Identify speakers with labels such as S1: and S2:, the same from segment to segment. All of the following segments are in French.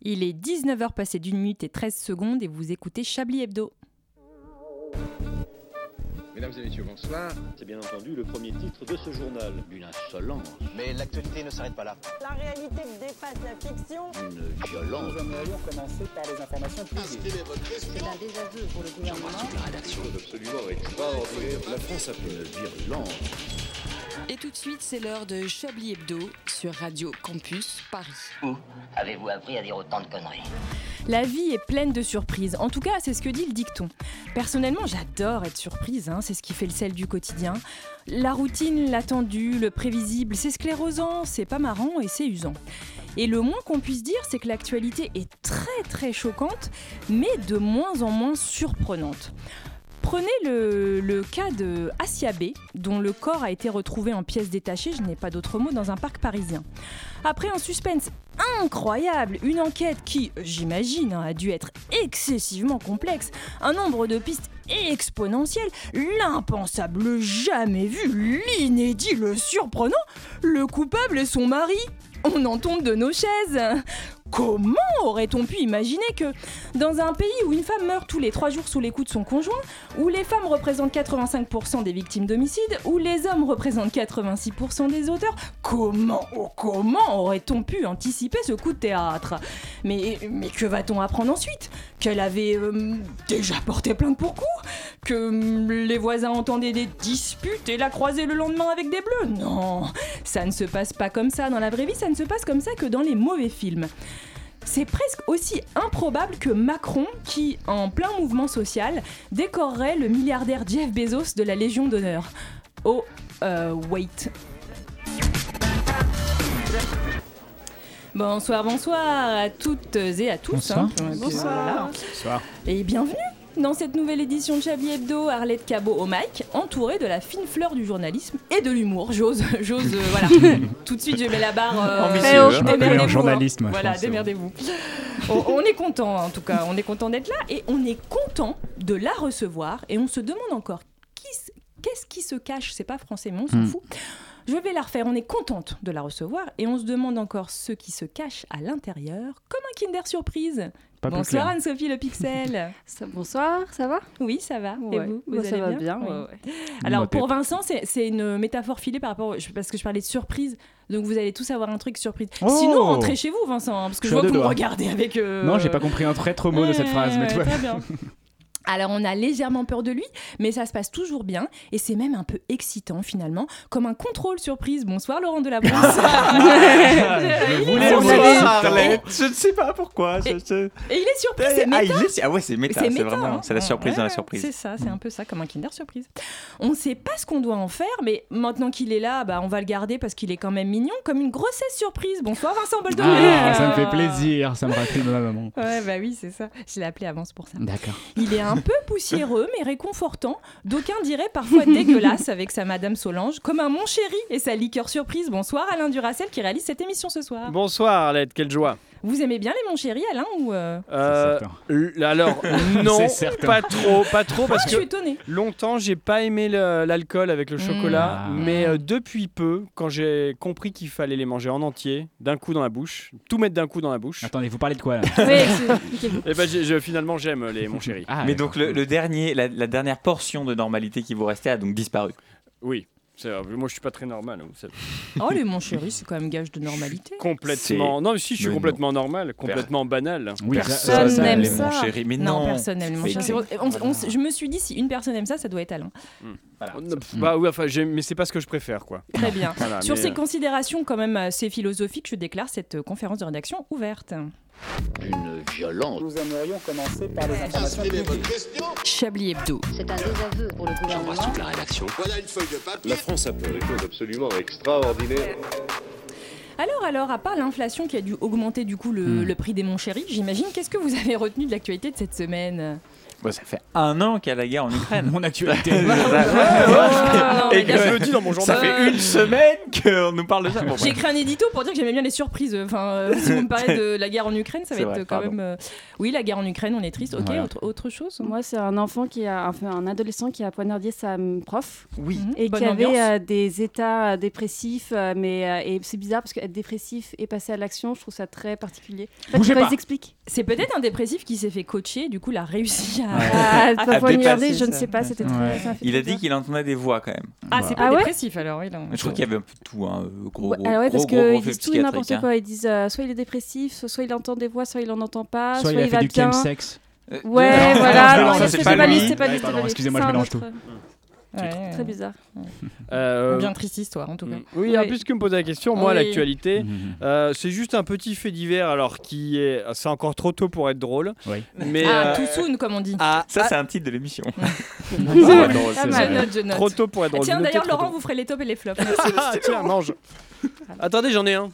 S1: Il est 19h passé d'une minute et 13 secondes et vous écoutez Chablis Hebdo.
S2: Mesdames et messieurs, bonsoir.
S3: C'est bien entendu le premier titre de ce journal. Une insolence,
S4: Mais l'actualité ne s'arrête pas là.
S5: La réalité dépasse la fiction.
S3: une violence.
S6: aimerions commencer par les informations privées.
S7: Et tout de suite, c'est l'heure de Chablis Hebdo sur Radio Campus Paris.
S8: Où avez-vous appris à dire autant de conneries
S1: La vie est pleine de surprises. En tout cas, c'est ce que dit le dicton. Personnellement, j'adore être surprise. hein, C'est ce qui fait le sel du quotidien. La routine, l'attendu, le prévisible, c'est sclérosant, c'est pas marrant et c'est usant. Et le moins qu'on puisse dire, c'est que l'actualité est très très choquante, mais de moins en moins surprenante. Prenez le, le cas de Asia B, dont le corps a été retrouvé en pièces détachées, je n'ai pas d'autre mot, dans un parc parisien. Après un suspense incroyable, une enquête qui, j'imagine, hein, a dû être excessivement complexe, un nombre de pistes exponentiel, l'impensable le jamais vu, l'inédit, le surprenant, le coupable et son mari. On en tombe de nos chaises. Comment aurait-on pu imaginer que, dans un pays où une femme meurt tous les trois jours sous les coups de son conjoint, où les femmes représentent 85% des victimes d'homicides, où les hommes représentent 86% des auteurs, comment, oh, comment aurait-on pu anticiper ce coup de théâtre mais, mais que va-t-on apprendre ensuite Qu'elle avait euh, déjà porté plainte pour coup Que euh, les voisins entendaient des disputes et la croisaient le lendemain avec des bleus Non, ça ne se passe pas comme ça dans la vraie vie, ça ne se passe comme ça que dans les mauvais films. C'est presque aussi improbable que Macron, qui, en plein mouvement social, décorerait le milliardaire Jeff Bezos de la Légion d'honneur. Oh, euh, wait, Bonsoir, bonsoir à toutes et à tous.
S6: Bonsoir.
S1: hein. Voilà. Et bienvenue dans cette nouvelle édition de Chablis Hebdo, Arlette Cabot au mic, entourée de la fine fleur du journalisme et de l'humour. J'ose, j'ose, euh, voilà. Tout de suite, je mets la barre. euh,
S6: Ambitieux,
S1: hello,
S6: je m'appelle
S1: démerdez-vous,
S6: un journaliste,
S1: hein.
S6: moi, je
S1: Voilà,
S6: pense, euh. c'est
S1: démerdez-vous. on, on est content, en tout cas, on est content d'être là et on est content de la recevoir. Et on se demande encore qui s- qu'est-ce qui se cache. C'est pas français, mais on s'en
S6: Hmm.
S1: fout. Je vais la refaire. On est contente de la recevoir et on se demande encore ce qui se cache à l'intérieur, comme un Kinder Surprise.
S6: Pas plus
S1: Bonsoir
S6: clair.
S1: Anne-Sophie Le Pixel.
S9: Ça- bonsoir, ça va
S1: Oui, ça va.
S9: Ouais.
S1: Et vous,
S9: Moi,
S1: vous
S9: Ça
S1: allez
S9: va
S1: bien,
S9: bien,
S1: Oui.
S9: ouais, ouais.
S1: Alors
S6: Moi,
S1: pour
S6: pep.
S1: Vincent, c'est c'est une métaphore filée par rapport au- je- parce que je parlais de surprise. Donc vous allez tous avoir un truc surprise.
S6: Oh
S1: Sinon rentrez chez vous, Vincent, hein, parce que
S6: Je
S1: je,
S6: suis à
S1: vois que vous
S6: deux
S1: me
S6: doigts.
S1: regardez avec. euh,
S6: Non, j'ai pas compris un très trop mot de cette
S1: ouais,
S6: phrase, mais
S1: ouais,
S6: tu vois.
S1: très bien. Alors on a légèrement peur de lui, mais ça se passe toujours bien et c'est même un peu excitant finalement, comme un contrôle surprise. Bonsoir Laurent Delabrousse.
S6: Je voulais
S1: On
S6: vous
S1: avait-
S6: dire,
S10: Arlette, je ne sais pas pourquoi. je-
S1: Et-
S10: je-
S1: et il est surpris, c'est
S10: ah,
S1: méta.
S10: il est- ah ouais, c'est méta, c'est
S1: méta,
S10: vraiment,
S1: hein.
S10: c'est la surprise
S1: Ouais,
S10: dans la
S1: ouais,
S10: surprise. Mm.
S1: C'est ça, c'est un peu ça, comme un Kinder surprise. On ne sait pas ce qu'on doit en faire, mais maintenant qu'il est là, bah, on va le garder parce qu'il est quand même mignon, comme une grossesse surprise. Bonsoir Vincent Boldomé.
S6: Ah, ça me fait plaisir, ça me rappelle ma maman.
S1: Ouais, bah oui, c'est ça. Je l'ai appelé avance pour ça.
S6: D'accord.
S1: Il est un peu poussiéreux, mais réconfortant. D'aucuns diraient parfois dégueulasse avec sa Madame Solange, comme un mon chéri et sa liqueur surprise. Bonsoir Alain Duracel qui réalise cette émission ce soir.
S11: Bonsoir Arlette, quelle joie.
S1: Vous aimez bien les mon chéri Alain ou euh
S11: Euh,
S6: certain.
S11: l- alors non,
S6: C'est certain.
S11: pas trop, pas trop parce
S1: Ah, je suis
S11: que
S1: étonnée.
S11: longtemps j'ai pas aimé le- l'alcool avec le
S1: Mm.
S11: chocolat,
S6: Ah.
S11: mais euh, depuis peu, quand j'ai compris qu'il fallait les manger en entier, d'un coup dans la bouche, tout mettre d'un coup dans la bouche,
S6: Attendez, vous parlez de quoi là
S11: et ben j'ai- je- finalement j'aime les mon chéri.
S6: Ah,
S10: Mais
S6: d'accord.
S10: donc, le, le dernier, la, la dernière portion de normalité qui vous restait a donc disparu.
S11: Oui, c'est vrai, moi je suis pas très normal, hein, vous savez.
S1: Oh les mon chéri, c'est quand même gage de normalité.
S11: complètement. Non, mais si je suis
S10: Mais non.
S11: complètement normal, complètement banal.
S6: Oui, ça-
S1: Personne
S6: ça, ça,
S1: n'aime
S6: les-
S1: ça.
S10: Mon chéri, mais
S1: Non,
S10: non.
S1: personnellement.
S10: Mais
S1: je-
S10: c'est- Ah.
S1: on- on- je me suis dit, si une personne aime ça, ça doit être Alain.
S10: Voilà.
S11: Oh, non, pff, Bah oui, enfin, j'aime- mais c'est pas ce que je préfère quoi.
S1: Très bien.
S11: Voilà,
S1: Sur
S11: mais,
S1: ces
S11: euh,
S1: considérations quand même assez philosophiques, je déclare cette euh, conférence de rédaction ouverte.
S3: Une violence.
S6: Nous aimerions commencer par les informations
S7: Chablis Hebdo
S5: C'est un désaveu pour le gouvernement.
S3: la rédaction.
S2: La France a fait des choses absolument extraordinaires.
S1: Alors, alors, à part l'inflation qui a dû augmenter du coup le,
S6: Hmm.
S1: le prix des mon chéri, j'imagine, qu'est-ce que vous avez retenu de l'actualité de cette semaine
S10: Bah, ça fait un an qu'il y a la guerre en Ukraine.
S6: Mon actualité.
S10: Et que
S11: je le dis dans mon
S10: ça
S11: journal.
S10: fait une semaine qu'on nous parle de ça. Bon, ben.
S1: J'ai
S10: bref.
S1: écrit un édito pour dire que j'aimais bien les surprises. Enfin, euh, si vous me parlez de la guerre en Ukraine, ça va
S10: C'est
S1: être
S10: vrai,
S1: quand
S10: pardon.
S1: même. euh, Oui, la guerre en Ukraine, on est triste. Ok,
S6: Voilà.
S1: autre, autre chose
S9: Moi, c'est un enfant qui a, enfin, un adolescent qui a poignardé sa hum, prof
S10: Oui.
S1: Mhm.
S9: et
S1: Bonne
S9: qui avait
S1: ambiance.
S9: euh, des états euh, dépressifs. euh, mais euh, et c'est bizarre parce qu'être dépressif et passer à l'action, je trouve ça très particulier. En fait,
S6: Bougez
S9: quand
S6: pas.
S9: ils expliquent
S1: C'est peut-être un dépressif qui s'est fait coacher, du coup, l'a réussi
S9: Ah,
S1: à.
S9: à,
S10: à
S9: à poignarder,
S10: dépasser
S9: je ne
S10: ça.
S9: sais pas, c'était
S6: Ouais.
S9: très. ça m'a fait
S10: Il a
S9: très
S10: dit qu'il entendait des voix quand même. Bah.
S1: Ah, c'est pas
S9: Ah ouais
S1: dépressif alors, oui. non.
S10: Je crois qu'il y avait un peu de tout, hein, euh, gros,
S9: Ouais,
S10: gros,
S9: alors Ah ouais,
S10: gros,
S9: parce
S10: gros, gros
S9: qu'ils
S10: fait
S9: disent tout et n'importe
S10: psychiatrique, hein.
S9: quoi. Ils disent euh, soit il est dépressif, soit il entend des voix, soit il en entend pas, soit,
S6: Soit il a fait
S9: va
S6: du
S9: bien.
S6: chemsex.
S10: Euh,
S9: Ouais, voilà.
S10: alors
S9: non,
S10: ça,
S9: parce
S10: c'est
S9: que
S10: pas
S9: c'est pas
S10: lui.
S9: lui, c'est pas
S6: Ouais,
S9: lui, c'est
S6: pardon,
S9: pas lui.
S6: excusez-moi,
S9: C'est
S6: je
S9: un
S6: mélange
S9: autre.
S1: Ouais,
S9: Très bizarre.
S11: Euh, mm,
S1: Bien triste histoire, en tout cas.
S11: Oui, en
S9: Oui.
S11: plus que me poser la question, moi,
S1: Oui.
S11: l'actualité,
S6: Mhm.
S11: Euh, c'est juste un petit fait divers, alors qui est. C'est encore trop tôt pour être drôle.
S6: Oui.
S11: Mais.
S1: Ah,
S11: euh,
S1: too soon, comme on dit.
S11: ah,
S10: Ça, c'est un titre de l'émission.
S11: ah, ouais, non,
S9: Pas mal.
S11: c'est
S1: je
S11: vrai.
S1: note, je note.
S11: Trop tôt pour être drôle.
S1: Tiens,
S11: Notez
S1: d'ailleurs,
S11: trop
S1: Laurent,
S11: tôt.
S1: vous ferez les tops et les flops.
S11: Ah, tiens, mange. Attendez, j'en ai un.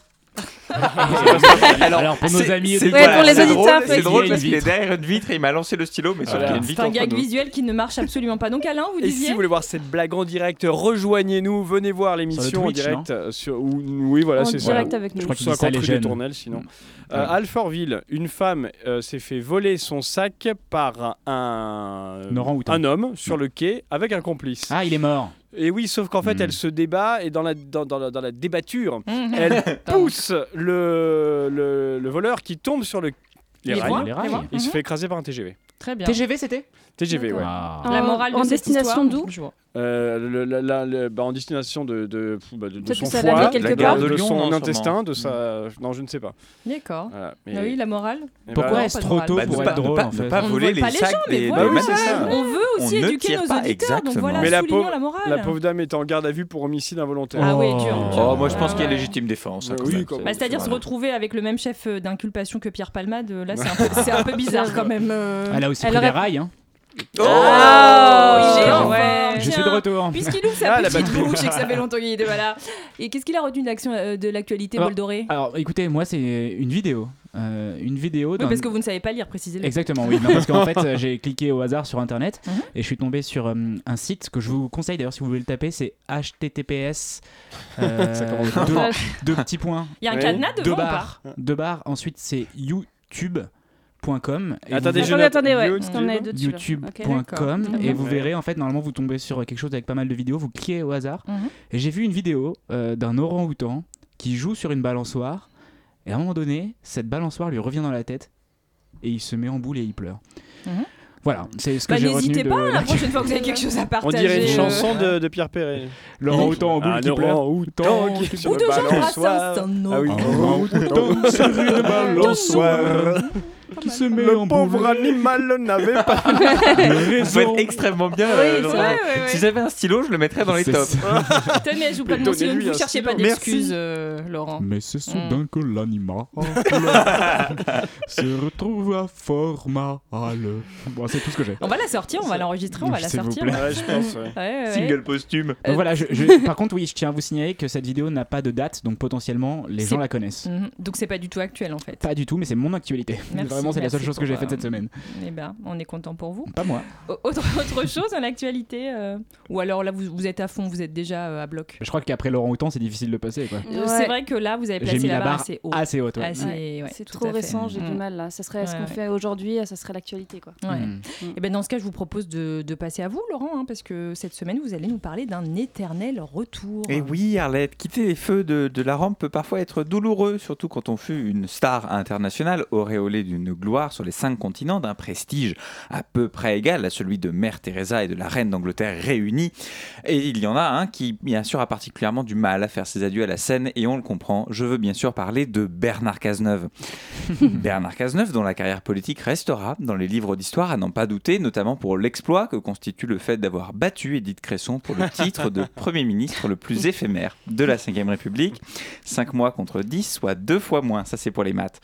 S6: Alors, pour nos
S10: c'est-
S6: amis,
S10: c'est-
S9: Ouais, pour les
S10: c'est drôle,
S9: auditeurs,
S10: C'est
S9: peut-être.
S10: drôle
S6: Il y a
S10: parce
S6: une
S10: qu'il est
S6: vitre.
S10: derrière une vitre et il m'a lancé le stylo, mais sauf
S6: Voilà.
S10: qu'il y a une
S1: C'est
S10: vitre
S1: un
S10: entre
S1: gag
S10: nous.
S1: visuel qui ne marche absolument pas. Donc, Alain, vous
S11: Et si
S1: disiez.
S11: vous voulez voir cette blague en direct, rejoignez-nous, venez voir l'émission en
S6: Twitch,
S11: direct. euh, Sur, ou- oui, voilà,
S9: En
S11: c'est ça.
S9: direct avec
S6: Je
S9: nous.
S6: crois qu'il
S11: Soit
S6: dit ça
S11: contre
S6: les
S11: des
S6: jeunes. Mm.
S11: tournelles, sinon. Euh, Alfortville, une femme euh, s'est fait voler son sac par un,
S6: Un orang-outan.
S11: un homme sur le quai avec un complice.
S6: Ah, il est mort.
S11: Et oui, sauf qu'en fait,
S6: Mm.
S11: elle se débat et dans la, dans, dans la, dans la débatture,
S9: Mm.
S1: Mhm.
S11: elle pousse le, le, le voleur qui tombe sur le, les
S1: Les
S11: rails.
S1: voix,
S6: les
S1: les voix.
S6: rails.
S11: Il se
S9: Mm-hmm.
S1: Mhm.
S11: fait écraser par un TGV.
S1: Très bien.
S6: TGV, c'était
S11: TGV, ouais.
S6: Ah.
S1: La
S9: En-
S1: morale de
S9: en
S1: cette
S9: destination
S1: histoire,
S9: d'où
S1: je vois.
S11: Euh, le- la- la- le- bah, en destination de, de, pff, bah, de- de
S9: Peut-être
S11: son
S9: que ça l'a mis
S11: foie,
S9: quelque
S11: de-
S9: part.
S11: de,
S10: De Lyon, non,
S11: son
S10: sûrement.
S11: intestin, de sa... Non, je ne sais pas.
S1: D'accord.
S11: Voilà. Mais-
S1: Bah oui, la morale.
S11: eh ben,
S6: Pourquoi
S1: bah,
S6: est-ce
S1: pas
S6: trop
S1: de
S6: tôt
S10: Bah, ne
S6: pour
S10: pas,
S6: être
S10: ne
S6: drôle
S10: pas-
S6: en
S10: ne
S6: fait
S10: pas
S1: On
S10: voler
S1: vole
S10: les
S1: pas les gens,
S10: sacs
S1: mais
S10: des,
S1: voilà,
S10: des
S11: Bah oui, c'est
S10: manifestants.
S11: ça.
S1: On veut aussi
S10: On ne
S1: éduquer
S10: tire
S1: nos
S10: pas,
S1: auditeurs, donc
S10: exactement.
S1: voilà,
S11: Mais la
S1: soulignons
S11: pauvre-
S1: la morale.
S11: La pauvre dame est en garde à vue pour homicide involontaire.
S1: Ah oui, dur,
S6: Oh.
S1: dur.
S10: Oh, moi je
S1: Ah
S10: pense qu'il y a
S1: ouais.
S10: légitime défense. hein, quand
S11: Oui,
S10: même.
S11: quand même.
S1: Bah, C'est-à-dire se
S10: voilà.
S1: retrouver avec le même chef euh, d'inculpation que Pierre Palmade, euh, là c'est un, peu- c'est un peu bizarre quand même. euh.
S6: Elle a aussi
S9: Elle
S6: pris des
S9: aurait-
S6: rails. hein.
S11: Oh,
S1: Ah,
S9: Oh,
S1: il Oh, est
S6: tiens.
S1: en forme.
S6: Je suis de
S1: Tiens.
S6: retour.
S1: Puisqu'il ouvre
S11: Ah,
S1: sa
S11: la
S1: petite
S11: batterie.
S1: bouche et que ça fait longtemps qu'il était voilà. Et qu'est-ce qu'il a retenu d'action euh, de l'actualité,
S6: Ah.
S1: Boldoré
S6: Alors, écoutez, moi, c'est une vidéo. Euh, une vidéo
S1: Oui,
S6: d'un.
S1: parce que vous ne savez pas lire, précisément.
S6: Exactement, oui. Non, parce qu'en fait, euh, j'ai cliqué au hasard sur internet
S1: Mhm.
S6: et je suis tombé sur euh, un site que je vous conseille d'ailleurs si vous voulez le taper c'est https
S11: Ça
S6: euh,
S11: commence bien.
S6: deux, deux petits points,
S1: Il y a un
S11: Oui.
S1: cadenas
S6: deux
S1: devant ou pas
S6: barres, deux barres. Ensuite, c'est youtube.com. et
S11: Attendez,
S6: vous-
S11: je
S9: Attendez,
S11: note
S9: attendez, ouais,
S11: YouTube.
S9: parce qu'on a deux dessus, là. Ok.
S6: youtube.com
S1: d'accord.
S6: et vous
S11: Mhm.
S6: verrez en fait normalement vous tombez sur quelque chose avec pas mal de vidéos vous cliquez au hasard
S1: Mhm.
S6: et j'ai vu une vidéo euh, d'un orang-outan qui joue sur une balançoire et à un moment donné cette balançoire lui revient dans la tête et il se met en boule et il pleure
S1: Mhm.
S6: voilà c'est ce que
S1: Bah,
S6: j'ai retenu
S1: N'hésitez
S6: de
S1: pas, la prochaine fois que vous avez quelque chose à
S11: On
S1: partager.
S11: dirait une
S1: euh,
S11: chanson de, de Pierre Perret.
S6: l'orang-outan en boule
S11: Un
S6: qui pleure
S11: orang-outan qui- sur
S1: Ou
S11: le
S1: de Jean
S11: balançoire.
S1: Brassens. non.
S11: Ah oui.
S6: Orang-outan sur une
S1: balançoire
S6: qui se met en
S11: Le pauvre
S6: boule
S11: animal n'avait pas
S10: Vous faites extrêmement bien. euh,
S1: Oui, c'est
S10: Laurent.
S1: vrai, ouais, ouais.
S10: Si j'avais un stylo, je le mettrais dans les
S6: C'est
S10: tops.
S1: Tenez, je vous prête mon
S11: Donnez-lui
S1: stylo, ne
S11: un
S1: vous cherchez
S11: stylo.
S1: pas d'excuses, euh, Laurent.
S6: Mais c'est
S1: soudain
S6: que l'animal se retrouve à formal. Bon, c'est tout ce que j'ai.
S1: On va la sortir, on va l'enregistrer, on va la
S6: S'il vous
S1: sortir.
S6: plaît.
S11: Ouais, je pense. ouais.
S1: Ouais, ouais, ouais.
S10: Single posthume.
S6: Donc Euh, voilà, je- je- par contre, oui, je tiens à vous signaler que cette vidéo n'a pas de date, donc potentiellement les
S1: C'est-
S6: gens la connaissent.
S1: Mhm. Donc c'est pas du tout actuel en fait.
S6: Pas du tout, mais c'est mon actualité.
S1: Merci,
S6: Vraiment, c'est la seule
S1: merci
S6: chose que j'ai
S1: pour,
S6: faite cette
S1: euh,
S6: semaine.
S1: Eh ben, on est content pour vous.
S6: Pas moi.
S1: Au- Autre, autre chose dans l'actualité euh, Ou alors là, vous, vous êtes à fond, vous êtes déjà euh, à bloc.
S6: Je crois qu'après Laurent Houtan, c'est difficile de passer. quoi.
S1: Euh,
S9: Ouais.
S1: C'est vrai que là, vous avez
S6: J'ai
S1: placé
S6: mis
S1: la
S6: la
S1: barre
S6: barre
S1: assez haut.
S6: assez haute. ouais.
S1: Assez-
S9: Ouais.
S1: ouais,
S9: C'est
S1: tout
S9: trop
S1: à fait.
S9: récent, j'ai
S1: Mm.
S9: du mal là. Ça serait ce
S1: Ouais,
S9: qu'on
S1: ouais.
S9: fait aujourd'hui, euh, ça serait l'actualité quoi.
S1: Ouais.
S6: Mm.
S1: Et ben dans ce cas, je vous propose de, de passer à vous, Laurent, hein, parce que cette semaine, vous allez nous parler d'un éternel retour.
S10: Et oui, Arlette, quitter les feux de, de la rampe peut parfois être douloureux, surtout quand on fut une star internationale auréolée d'une gloire sur les cinq continents, d'un prestige à peu près égal à celui de Mère Teresa et de la Reine d'Angleterre réunies. Et il y en a un qui, bien sûr, a particulièrement du mal à faire ses adieux à la scène, et on le comprend. Je veux bien sûr parler de Bernard Cazeneuve. Bernard Cazeneuve, dont la carrière politique restera dans les livres d'histoire, à n'en pas douter, notamment pour l'exploit que constitue le fait d'avoir battu Édith Cresson pour le titre de Premier ministre le plus éphémère de la Ve République. 5 mois contre 10, soit deux fois moins. Ça, c'est pour les maths.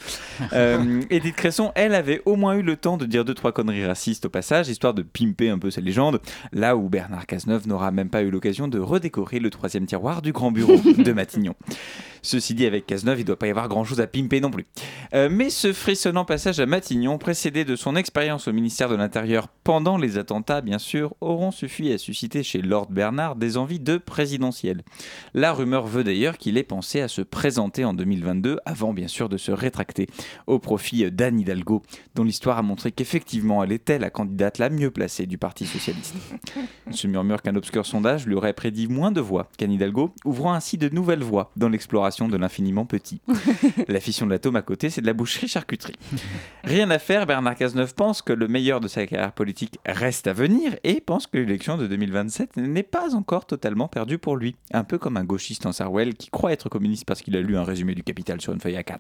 S10: Euh, Édith Cresson, elle avait au moins eu le temps de dire deux trois conneries racistes au passage, histoire de pimper un peu sa légende, là où Bernard Cazeneuve n'aura même pas eu l'occasion de redécorer le troisième tiroir du grand bureau de Matignon. Ceci dit, avec Cazeneuve, il doit pas y avoir grand-chose à pimper non plus. Euh, mais ce frissonnant passage à Matignon, précédé de son expérience au ministère de l'Intérieur pendant les attentats, bien sûr, auront suffi à susciter chez Lord Bernard des envies de présidentielle. La rumeur veut d'ailleurs qu'il ait pensé à se présenter en 2022, avant bien sûr de se rétracter, au profit d'Anne Hidalgo, dont l'histoire a montré qu'effectivement elle était la candidate la mieux placée du Parti Socialiste. Il se murmure qu'un obscur sondage lui aurait prédit moins de voix qu'Anne Hidalgo, ouvrant ainsi de nouvelles voies dans l'exploration de l'infiniment petit. La fission de l'atome à côté, c'est de la boucherie-charcuterie. Rien à faire, Bernard Cazeneuve pense que le meilleur de sa carrière politique reste à venir et pense que l'élection de 2027 n'est pas encore totalement perdue pour lui. Un peu comme un gauchiste en Sarwell qui croit être communiste parce qu'il a lu un résumé du Capital sur une feuille A4,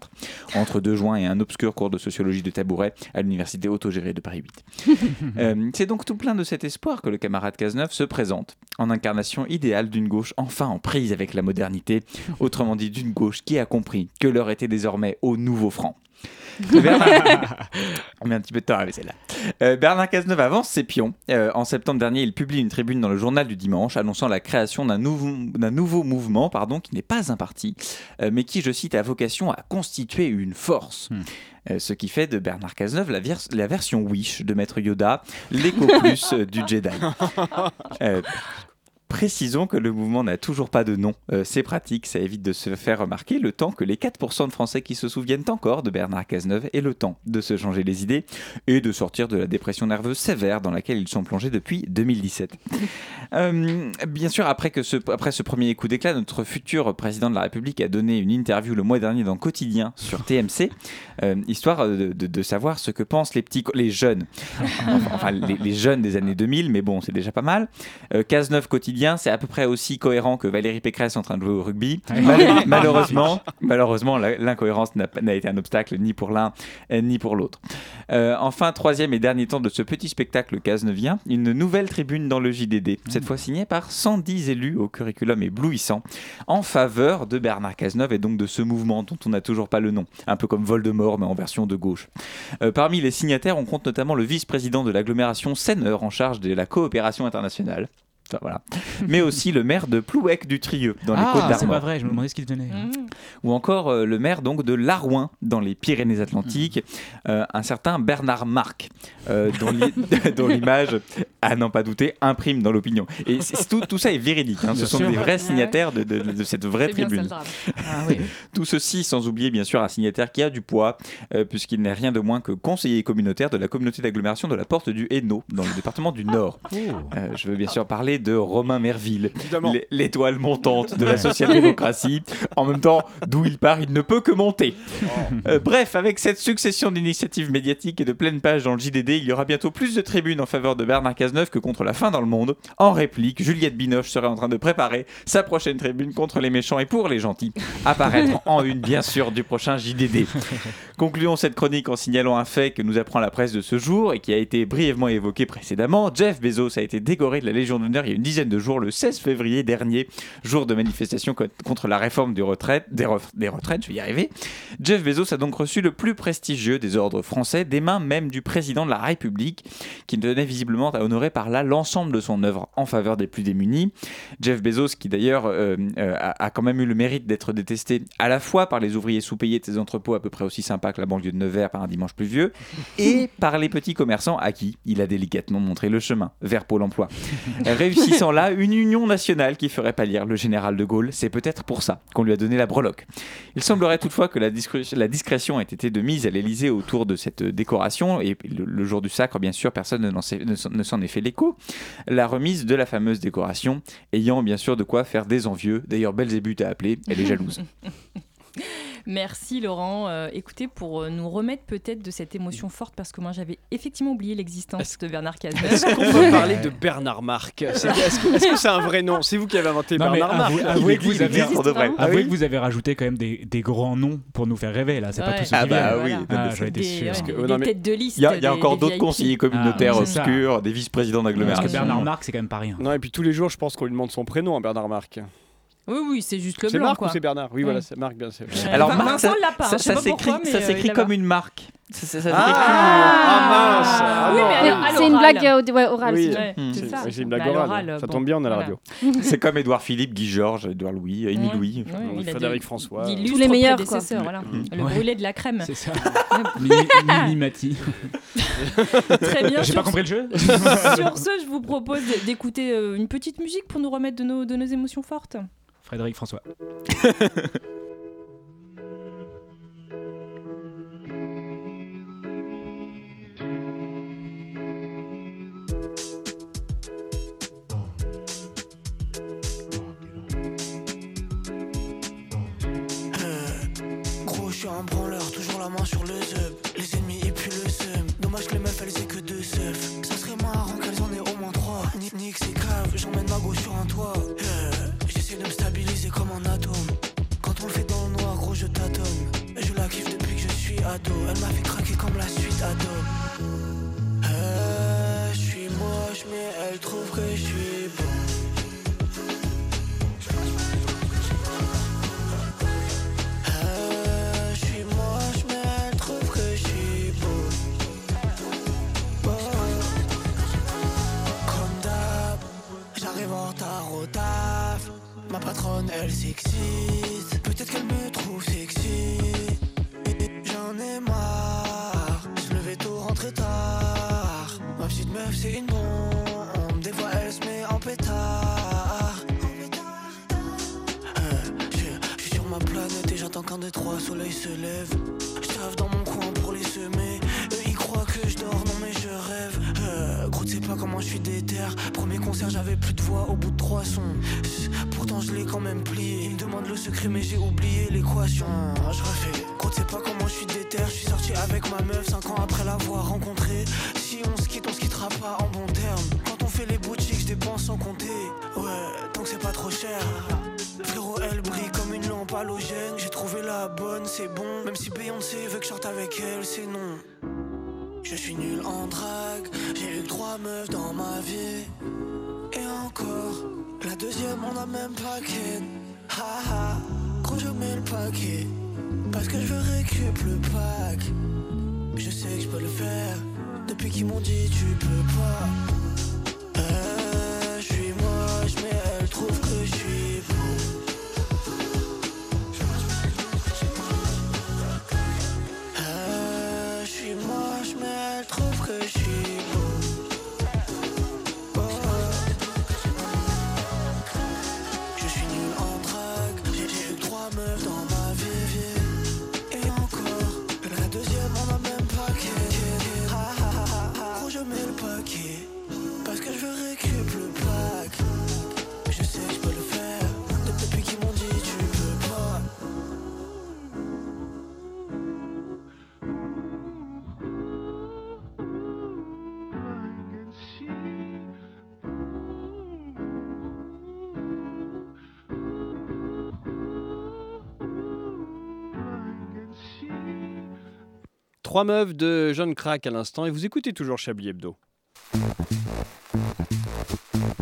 S10: entre deux juin et un obscur cours de sociologie de tabouret à l'université autogérée de Paris 8. Euh, c'est donc tout plein de cet espoir que le camarade Cazeneuve se présente, en incarnation idéale d'une gauche enfin en prise avec la modernité, autrement dit d'une gauche qui a compris que l'heure était désormais au nouveau franc. Bernard... On met un petit peu de temps à celle-là. Euh, Bernard Cazeneuve avance ses pions. Euh, en septembre dernier, il publie une tribune dans le journal du dimanche annonçant la création d'un nouveau, d'un nouveau mouvement pardon, qui n'est pas un parti, euh, mais qui, je cite, a vocation à constituer une force. Euh, ce qui fait de Bernard Cazeneuve la, vers- la version Wish de Maître Yoda, l'éco plus euh, du Jedi. Euh, Précisons que le mouvement n'a toujours pas de nom. Euh, c'est pratique, ça évite de se faire remarquer le temps que les 4% de Français qui se souviennent encore de Bernard Cazeneuve aient le temps de se changer les idées et de sortir de la dépression nerveuse sévère dans laquelle ils sont plongés depuis 2017. Euh, bien sûr, après, que ce, après ce premier coup d'éclat, notre futur président de la République a donné une interview le mois dernier dans Quotidien sur TMC, euh, histoire de, de- de savoir ce que pensent les petits, co- les jeunes, enfin les, les jeunes des années 2000, mais bon, c'est déjà pas mal. Euh, Case 9 Quotidien, c'est à peu près aussi cohérent que Valérie Pécresse en train de jouer au rugby. Mal- malheureusement, malheureusement, la- l'incohérence n'a, pas- n'a été un obstacle ni pour l'un euh, ni pour l'autre. Euh, enfin, troisième et dernier temps de ce petit spectacle cazenevien, une nouvelle tribune dans le JDD,
S6: Hmm.
S10: cette fois signée par 110 élus au curriculum éblouissant, en faveur de Bernard Cazeneuve et donc de ce mouvement dont on n'a toujours pas le nom, un peu comme Voldemort mais en version de gauche. Euh, parmi les signataires, on compte notamment le vice-président de l'agglomération Senneur en charge de la coopération internationale. Enfin, voilà. Mais aussi le maire de Plouec du Trieux, dans les
S6: ah,
S10: Côtes
S6: c'est pas
S10: d'Armor
S6: vrai, je me demandais ce qu'il venait.
S1: Mmh.
S10: ou encore euh, le maire donc de Larouin dans les Pyrénées-Atlantiques,
S12: Mmh.
S10: euh, un certain Bernard Marc, euh, dont, l'i- dont l'image, à n'en pas douter, imprime dans l'opinion. Et c'est- tout, tout ça est véridique, hein, ce
S6: Bien
S10: sont
S6: sûr.
S10: des
S6: Ouais.
S10: vrais signataires de, de- de cette vraie
S12: Ah C'est bien ça,
S10: tribune.
S12: le drame.
S10: Tout ceci sans oublier bien sûr un signataire qui a du poids, euh, puisqu'il n'est rien de moins que conseiller communautaire de la communauté d'agglomération de la Porte du Hainaut, dans le département du Nord.
S1: Ah
S10: Euh, je veux bien sûr parler de Romain Merville, l'é- l'étoile montante de la social-démocratie. En même temps, d'où il part, il ne peut que monter. Euh, bref, avec cette succession d'initiatives médiatiques et de pleines pages dans le JDD, il y aura bientôt plus de tribunes en faveur de Bernard Cazeneuve que contre la fin dans le monde. En réplique, Juliette Binoche serait en train de préparer sa prochaine tribune contre les méchants et pour les gentils. Apparaître en une, bien sûr, du prochain JDD. Concluons cette chronique en signalant un fait que nous apprend la presse de ce jour et qui a été brièvement évoqué précédemment. Jeff Bezos a été décoré de la Légion d'honneur il y a une dizaine de jours, le 16 février dernier, jour de manifestation co- contre la réforme du retraite, des, ref- des retraites, je vais y arriver. Jeff Bezos a donc reçu le plus prestigieux des ordres français, des mains même du président de la République, qui tenait visiblement à honorer par là l'ensemble de son œuvre en faveur des plus démunis. Jeff Bezos, qui d'ailleurs euh, euh, a, a quand même eu le mérite d'être détesté à la fois par les ouvriers sous-payés de ses entrepôts à peu près aussi sympas que la banlieue de Nevers par un dimanche pluvieux, et par les petits commerçants à qui il a délicatement montré le chemin vers Pôle emploi. Réussissant là une union nationale qui ferait pâlir le général de Gaulle, c'est peut-être pour ça qu'on lui a donné la breloque. Il semblerait toutefois que la, discré- la discrétion ait été de mise à l'Elysée autour de cette euh, décoration, et le, le jour du sacre, bien sûr, personne ne n'en sait- ne s'en ne s'en est fait l'écho. La remise de la fameuse décoration, ayant bien sûr de quoi faire des envieux. D'ailleurs, Belzébuth a appelé, elle est jalouse.
S1: Merci Laurent. Euh, écoutez, pour euh, nous remettre peut-être de cette émotion forte, parce que moi j'avais effectivement oublié l'existence de Bernard Cazeneuve.
S11: Est-ce qu'on peut parler de Bernard Marc C'est- Est-ce que est-ce que c'est un vrai nom C'est vous qui avez inventé
S6: Non, mais
S11: Bernard Marc.
S6: avouez,
S10: Ah,
S11: hein.
S6: avouez
S11: Il
S6: que vous
S11: existe,
S6: avez,
S11: il existe, hein.
S6: avouez
S11: Ah
S6: que
S11: oui
S6: vous avez rajouté quand même des, des grands noms pour nous faire rêver là. C'est pas
S1: Ouais.
S6: tout ce qui
S1: Ah bah
S6: vient.
S1: oui, non, mais
S6: Ah,
S1: c'est
S6: j'aurais été
S1: des-
S6: sûr.
S1: ouais, Parce que- des non, mais- têtes de liste,
S10: Il y a, il y a
S1: des-
S10: encore
S1: des
S10: d'autres
S1: VIP.
S10: conseillers communautaires
S6: Ah, c'est ça.
S10: obscurs, des vice-présidents
S6: Parce que
S10: d'agglomération.
S6: Bernard Marc, c'est quand même pas rien.
S11: Non, et puis tous les jours, je pense qu'on lui demande son prénom à hein, Bernard Marc.
S1: Oui, oui, c'est juste le
S11: C'est
S1: blanc.
S11: Marc
S1: quoi.
S11: ou c'est Bernard Oui, voilà, c'est Marc, bien sûr.
S10: Alors,
S1: Enfin,
S10: Marc,
S1: Vincent
S10: ça,
S1: l'a pas, hein,
S10: ça-
S1: je sais
S10: ça
S1: pas
S10: s'écrit,
S1: pourquoi,
S10: ça
S1: mais, euh,
S10: s'écrit
S1: il l'a
S10: comme
S1: pas.
S10: une marque. Ça- ça- ça
S11: Ah,
S10: s'écrit-
S11: ah, mince ah,
S1: Oui,
S11: non.
S1: mais alors-
S9: C'est une
S1: l'oral.
S9: blague euh, ouais, orale.
S11: Oui.
S9: c'est-
S1: Ouais,
S10: Hmm.
S1: c'est ça.
S11: C'est une
S1: Bah,
S11: blague
S1: à
S11: orale.
S1: l'oral,
S11: Ça
S1: bon,
S11: tombe bien, on a la
S1: voilà.
S11: radio.
S10: C'est comme Édouard Philippe, Guy Georges, Édouard Louis, Émile
S1: Ouais.
S10: Louis.
S1: Ouais, il a
S11: Frédéric
S1: des-
S11: François. Mm.
S1: d'illustres
S9: Tous les meilleurs, quoi.
S1: prédécesseurs, voilà. Le
S6: Ouais.
S1: brûlé de la crème.
S6: C'est ça. Mini- Minimati.
S1: Très bien.
S6: J'ai pas
S1: Sur,
S6: compris le jeu
S1: sur ce, je vous propose d'écouter euh, une petite musique pour nous remettre de nos, de nos émotions fortes.
S6: Frédéric François.
S4: Gros, je suis un branleur, toujours la main sur le zeb. Les ennemis et puis le seum. Dommage que les meufs, elles aient que deux seufs. Ça serait marrant qu'elles en aient au moins trois. Nick, nique, c'est cave, j'emmène ma gauche sur un toit. Euh, J'essaie de me stabiliser comme un atome. Quand on le fait dans le noir, gros, je tâtonne. Mais je la kiffe depuis que je suis ado. Elle m'a fait craquer comme la suite ado. Euh, je suis moche, mais elle trouve que je suis beau. Euh, je suis moche, mais elle trouve que je suis beau. Beau. Comme d'hab, j'arrive en retard au taf. Ma patronne, elle s'excite. Peut-être qu'elle me trouve sexy. J'en ai marre. Je levais tôt, rentrer tard. Ma petite meuf, c'est une bombe. Des fois, elle se met en pétard. Euh, je- Je suis sur ma planète et j'attends qu'un des trois soleils se lève. Je taffe dans mon coin pour les semer. Eux ils croient que je dors, non mais je rêve. Euh, gros, tu sais pas comment je suis déter. Premier concert, j'avais plus de voix au bout de trois sons. Chut, Pourtant, je l'ai quand même plié. Ils me demandent le secret, mais j'ai oublié l'équation. Ah, Je refais. Gros, tu sais pas comment je suis déter. Je suis sorti avec ma meuf 5 ans après l'avoir rencontrée. Si on se quitte, on se quittera pas en bon terme. Quand on fait les boutiques, je dépense sans compter. Ouais, tant que c'est pas trop cher. Frérot, elle brille comme une lampe halogène. J'ai trouvé la bonne, c'est bon. Même si Beyoncé veut que je sorte avec elle, c'est non. Je suis nul en drague, j'ai eu que trois meufs dans ma vie. Et encore, la deuxième, on a même pas ken. Ha ha, gros, je mets le paquet. Parce que je veux récup le pack. Je sais que je peux le faire. Depuis qu'ils m'ont dit, tu peux pas. Euh, je suis moche, mais elle trouve que je suis beau. Euh, je suis moche, mais elle trouve que je suis beau. Beau. Je suis nul en drague, j'ai- j'ai eu trois meufs dans ma vie. Et encore, la deuxième, on a même pas quitté. Ah, ah, ah, ah. Gros, je mets le paquet. Parce que je veux récup le pack Je sais que je peux le faire De- Depuis qu'ils m'ont dit tu peux pas
S11: Trois meufs de John Crack à l'instant et vous écoutez toujours Chablis Hebdo.
S6: Oh.
S1: Euh,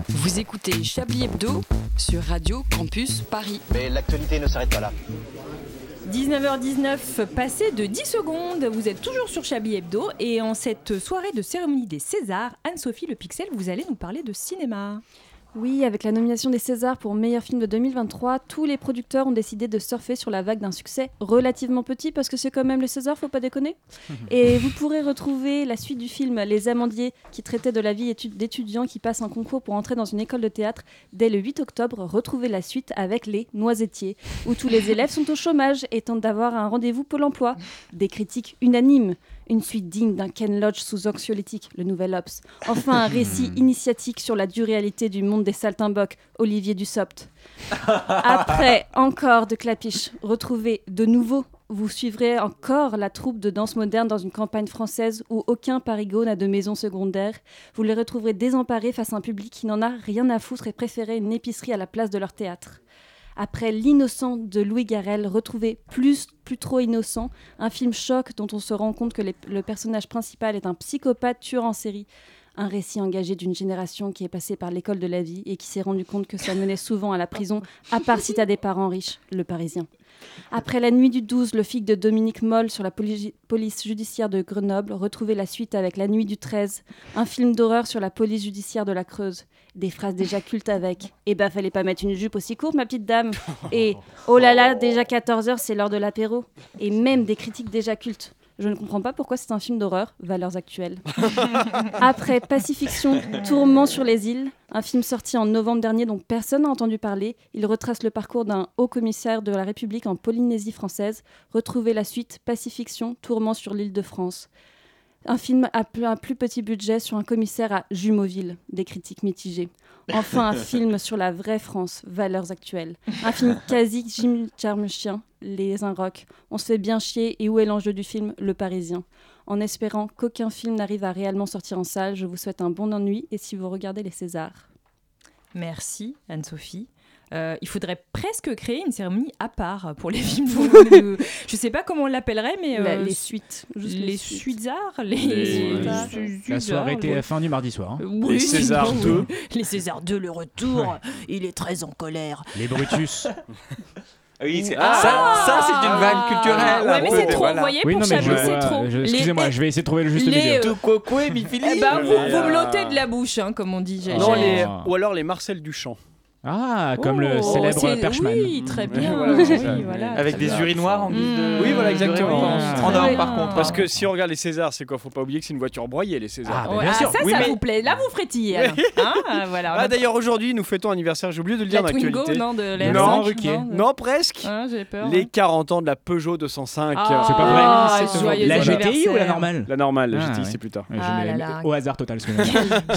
S7: Vous écoutez Chablis Hebdo sur Radio Campus Paris.
S4: Mais l'actualité ne s'arrête pas là.
S1: 19h19, passé de 10 secondes, vous êtes toujours sur Chablis Hebdo et en cette soirée de cérémonie des Césars, Anne-Sophie Le Pixel, vous allez nous parler de cinéma.
S9: Oui, avec la nomination des Césars pour meilleur film de 2023, tous les producteurs ont décidé de surfer sur la vague d'un succès relativement petit parce que c'est quand même les Césars, faut pas déconner. Et vous pourrez retrouver la suite du film Les Amandiers qui traitait de la vie étu- d'étudiants qui passent un concours pour entrer dans une école de théâtre dès le 8 octobre. Retrouvez la suite avec Les Noisettiers où tous les élèves sont au chômage et tentent d'avoir un rendez-vous Pôle emploi. Des critiques unanimes. Une suite digne d'un Ken Lodge sous anxiolytique, le nouvel Ops. Enfin, un récit initiatique sur la dure réalité du monde des saltimbocs, Olivier Dussopt. Après encore de clapiche, retrouvez de nouveau. Vous suivrez encore la troupe de danse moderne dans une campagne française où aucun parigo n'a de maison secondaire. Vous les retrouverez désemparés face à un public qui n'en a rien à foutre et préférait une épicerie à la place de leur théâtre. Après L'innocent de Louis Garrel, retrouvez Plus, plus trop innocent, un film choc dont on se rend compte que les- le personnage principal est un psychopathe tueur en série un récit engagé d'une génération qui est passée par l'école de la vie et qui s'est rendu compte que ça menait souvent à la prison, à part si t'as des parents riches, le Parisien. Après la nuit du 12, le flic de Dominique Moll sur la poli- police judiciaire de Grenoble retrouvait la suite avec La nuit du 13, un film d'horreur sur la police judiciaire de la Creuse. Des phrases déjà cultes avec Eh ben, fallait pas mettre une jupe aussi courte, ma petite dame Et Oh là là, déjà 14h, c'est l'heure de l'apéro Et même des critiques déjà cultes. Je ne comprends pas pourquoi c'est un film d'horreur, valeurs actuelles. Après Pacifiction, Tourment sur les îles, un film sorti en novembre dernier dont personne n'a entendu parler, il retrace le parcours d'un haut commissaire de la République en Polynésie française. Retrouvez la suite Pacifiction, Tourment sur l'île de France. Un film à plus, un plus petit budget sur un commissaire à Jumeauville, des critiques mitigées. Enfin, un film sur la vraie France, valeurs actuelles. Un film quasi Jim Jarmuschien, Les Un Rock. On se fait bien chier et où est l'enjeu du film Le Parisien En espérant qu'aucun film n'arrive à réellement sortir en salle, je vous souhaite un bon ennui et si vous regardez les Césars.
S1: Merci Anne-Sophie. Euh, il faudrait presque créer une cérémonie à part pour les films. de- je sais pas comment on l'appellerait, mais
S9: La-
S1: euh,
S9: les suites, juste
S1: les
S9: les
S1: suites,
S9: suites.
S1: les,
S6: Les-
S1: Suizards.
S6: La soirée TF1 du mardi soir. hein.
S1: Oui, oui. Les César 2, le retour.
S6: Ouais.
S1: Il est très en colère.
S6: Les Brutus.
S10: Oui, c'est
S1: Ah
S10: ça, ça c'est une vanne culturelle.
S1: Ouais, mais
S10: un
S1: c'est
S10: peu,
S1: trop,
S10: voilà.
S1: vous voyez, pour
S6: mais je-
S1: Chablis, c'est
S6: voilà,
S1: trop.
S6: je-
S1: Les-
S6: Excusez-moi, je vais essayer de trouver le juste
S1: les-
S6: milieu.
S1: Tout
S10: Coco et
S1: Eh ben, vous, vous me l'ôtez de la bouche, hein, comme on dit. J'ai-
S11: Non,
S1: j'ai-
S11: les... Ou alors les Marcel Duchamp.
S6: Ah, comme le
S1: Oh,
S6: célèbre
S1: c'est-
S6: Perchman.
S1: Oui, très bien.
S11: voilà,
S1: oui,
S11: c'est ça.
S1: voilà.
S10: Avec des urinoirs en guise de.
S11: Oui, voilà,
S10: de
S11: exactement.
S10: récompense.
S11: Ouais.
S10: En or,
S1: Très
S10: par
S1: bien.
S10: contre.
S11: Parce que si on regarde les Césars, c'est quoi Faut pas oublier que c'est une voiture broyée, les Césars.
S6: Ah,
S1: Ouais,
S6: bah, bien
S1: ah,
S6: sûr.
S1: ça,
S11: Oui,
S1: ça
S11: mais-
S1: vous plaît. Là, vous frétillez. alors. Hein, ah, voilà, on
S11: Ah,
S1: a-
S11: d'ailleurs, aujourd'hui, nous fêtons anniversaire, j'ai oublié de le dire
S1: la
S11: dans
S1: Twingo,
S11: l'actualité.
S1: non, de la
S11: Non,
S1: R5,
S6: Ruquier.
S1: de-
S11: Non, presque
S1: Hein, J'ai peur.
S11: Les 40 ans de la Peugeot 205.
S1: Ah,
S6: C'est pas vrai.
S1: ah,
S11: Oui, c'est
S1: joyeux
S11: aujourd'hui.
S6: La
S11: Voilà.
S6: GTI ou la
S1: anniversaire.
S6: normale
S11: La normale,
S6: Ah,
S11: j'ai dit,
S6: ouais.
S11: c'est plus tard.
S6: Je
S1: Ah
S6: n'ai-
S1: là là.
S6: Au hasard total, celui-là.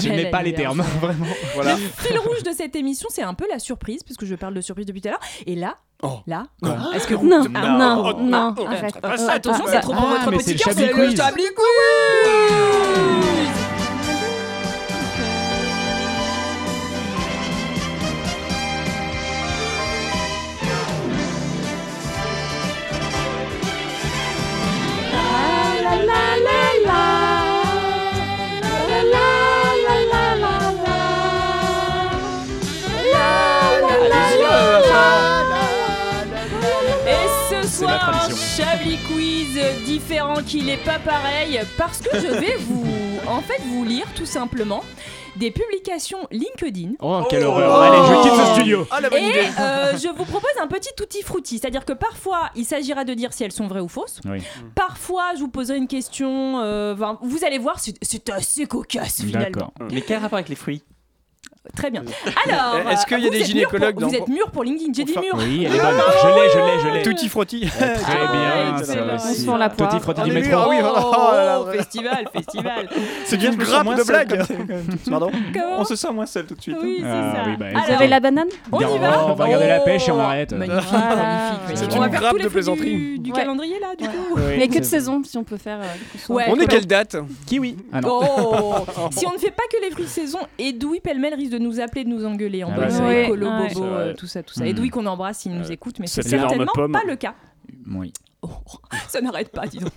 S6: Je
S1: Quel
S6: n'ai pas les
S1: anniversaire.
S6: termes, vraiment.
S11: Voilà.
S1: fil rouge de cette émission, c'est un peu la surprise, puisque je parle de surprise depuis tout à l'heure. Et là,
S11: Oh.
S1: là,
S6: Quoi
S1: est-ce que vous...
S9: Non,
S1: Ah,
S9: non,
S1: oh,
S9: non,
S1: ah, oh,
S9: arrête.
S1: ah, ah, attention,
S9: Ah,
S1: c'est trop pour
S6: ah,
S1: votre
S6: mais
S1: petit
S6: c'est le
S1: cœur,
S6: Chablis
S1: c'est le
S6: Quiz.
S1: Chablis Quiz Et ce
S6: la
S1: soir, un
S6: tradition.
S1: Chablis Quiz différent qu'il n'est pas pareil, parce que je vais vous, en fait, vous lire tout simplement des publications LinkedIn
S6: Oh, quelle horreur. Allez, je quitte ce studio.
S11: Ah, la bonne idée
S1: Et euh, je vous propose un petit outil frutti, c'est-à-dire que parfois il s'agira de dire si elles sont vraies ou fausses.
S6: Oui.
S11: Mm.
S6: Mm.
S1: Parfois je vous poserai une question, euh, ben, vous allez voir, c'est- c'est assez cocasse finalement.
S6: D'accord.
S10: Mais quel rapport avec les fruits
S1: Très bien. Alors,
S11: Eh,
S1: euh,
S11: Est-ce qu'il y a
S1: vous
S11: des
S1: êtes mûrs
S11: gynécologues
S1: pour-
S11: dans-
S1: Vous êtes mûr pour LinkedIn, j'ai dit Ah,
S11: Enfin,
S1: mûr.
S6: Oui, elle est bonne. Je l'ai, je l'ai, je l'ai.
S11: Ah, Tutti Frotti.
S6: Très bien,
S1: Ah, excellent.
S6: ça
S1: On
S6: aussi.
S1: se fend la
S6: Petit
S1: poire.
S6: frottis
S11: On
S6: du
S11: est
S6: métro.
S11: mûrs, Ah oui,
S1: oh,
S11: oh là là.
S1: festival, Ah, festival.
S10: C'est
S11: bien une grappe de blague. Pardon
S1: Comment
S10: On se sent moins seul tout de suite.
S1: Oui, c'est
S6: Ah,
S1: ça.
S6: oui, bah,
S1: Alors,
S9: Vous avez la banane
S1: on
S6: Bien,
S1: y va Oh.
S6: on va regarder la pêche et on arrête.
S1: Magnifique,
S9: Voilà.
S1: magnifique.
S6: C'est
S1: On va
S6: une
S1: faire
S11: grappe
S1: tous les
S11: de
S1: fruits du-
S11: plaisanterie.
S1: Du
S9: Ouais.
S1: calendrier là, du coup.
S9: Mais que de saison, si on peut faire. euh, qu'on soit-
S1: Ouais.
S11: On est quelle date
S6: Kiwi. Ah non.
S1: Oh si on ne fait pas que les fruits de saison, Edoui Pellemel risque de nous appeler, de nous engueuler en
S6: Ah
S1: bas.
S6: ouais, c'est
S1: Ouais,
S6: vrai.
S1: Écolo,
S9: Ouais.
S1: bobo,
S11: C'est vrai.
S1: euh, tout ça, tout ça.
S6: Mm.
S1: Edoui qu'on embrasse, il nous écoute, mais c'est
S11: cette énorme
S1: certainement
S11: pomme.
S1: pas le cas. Oh,
S6: Oui.
S1: Ça n'arrête pas, dis donc.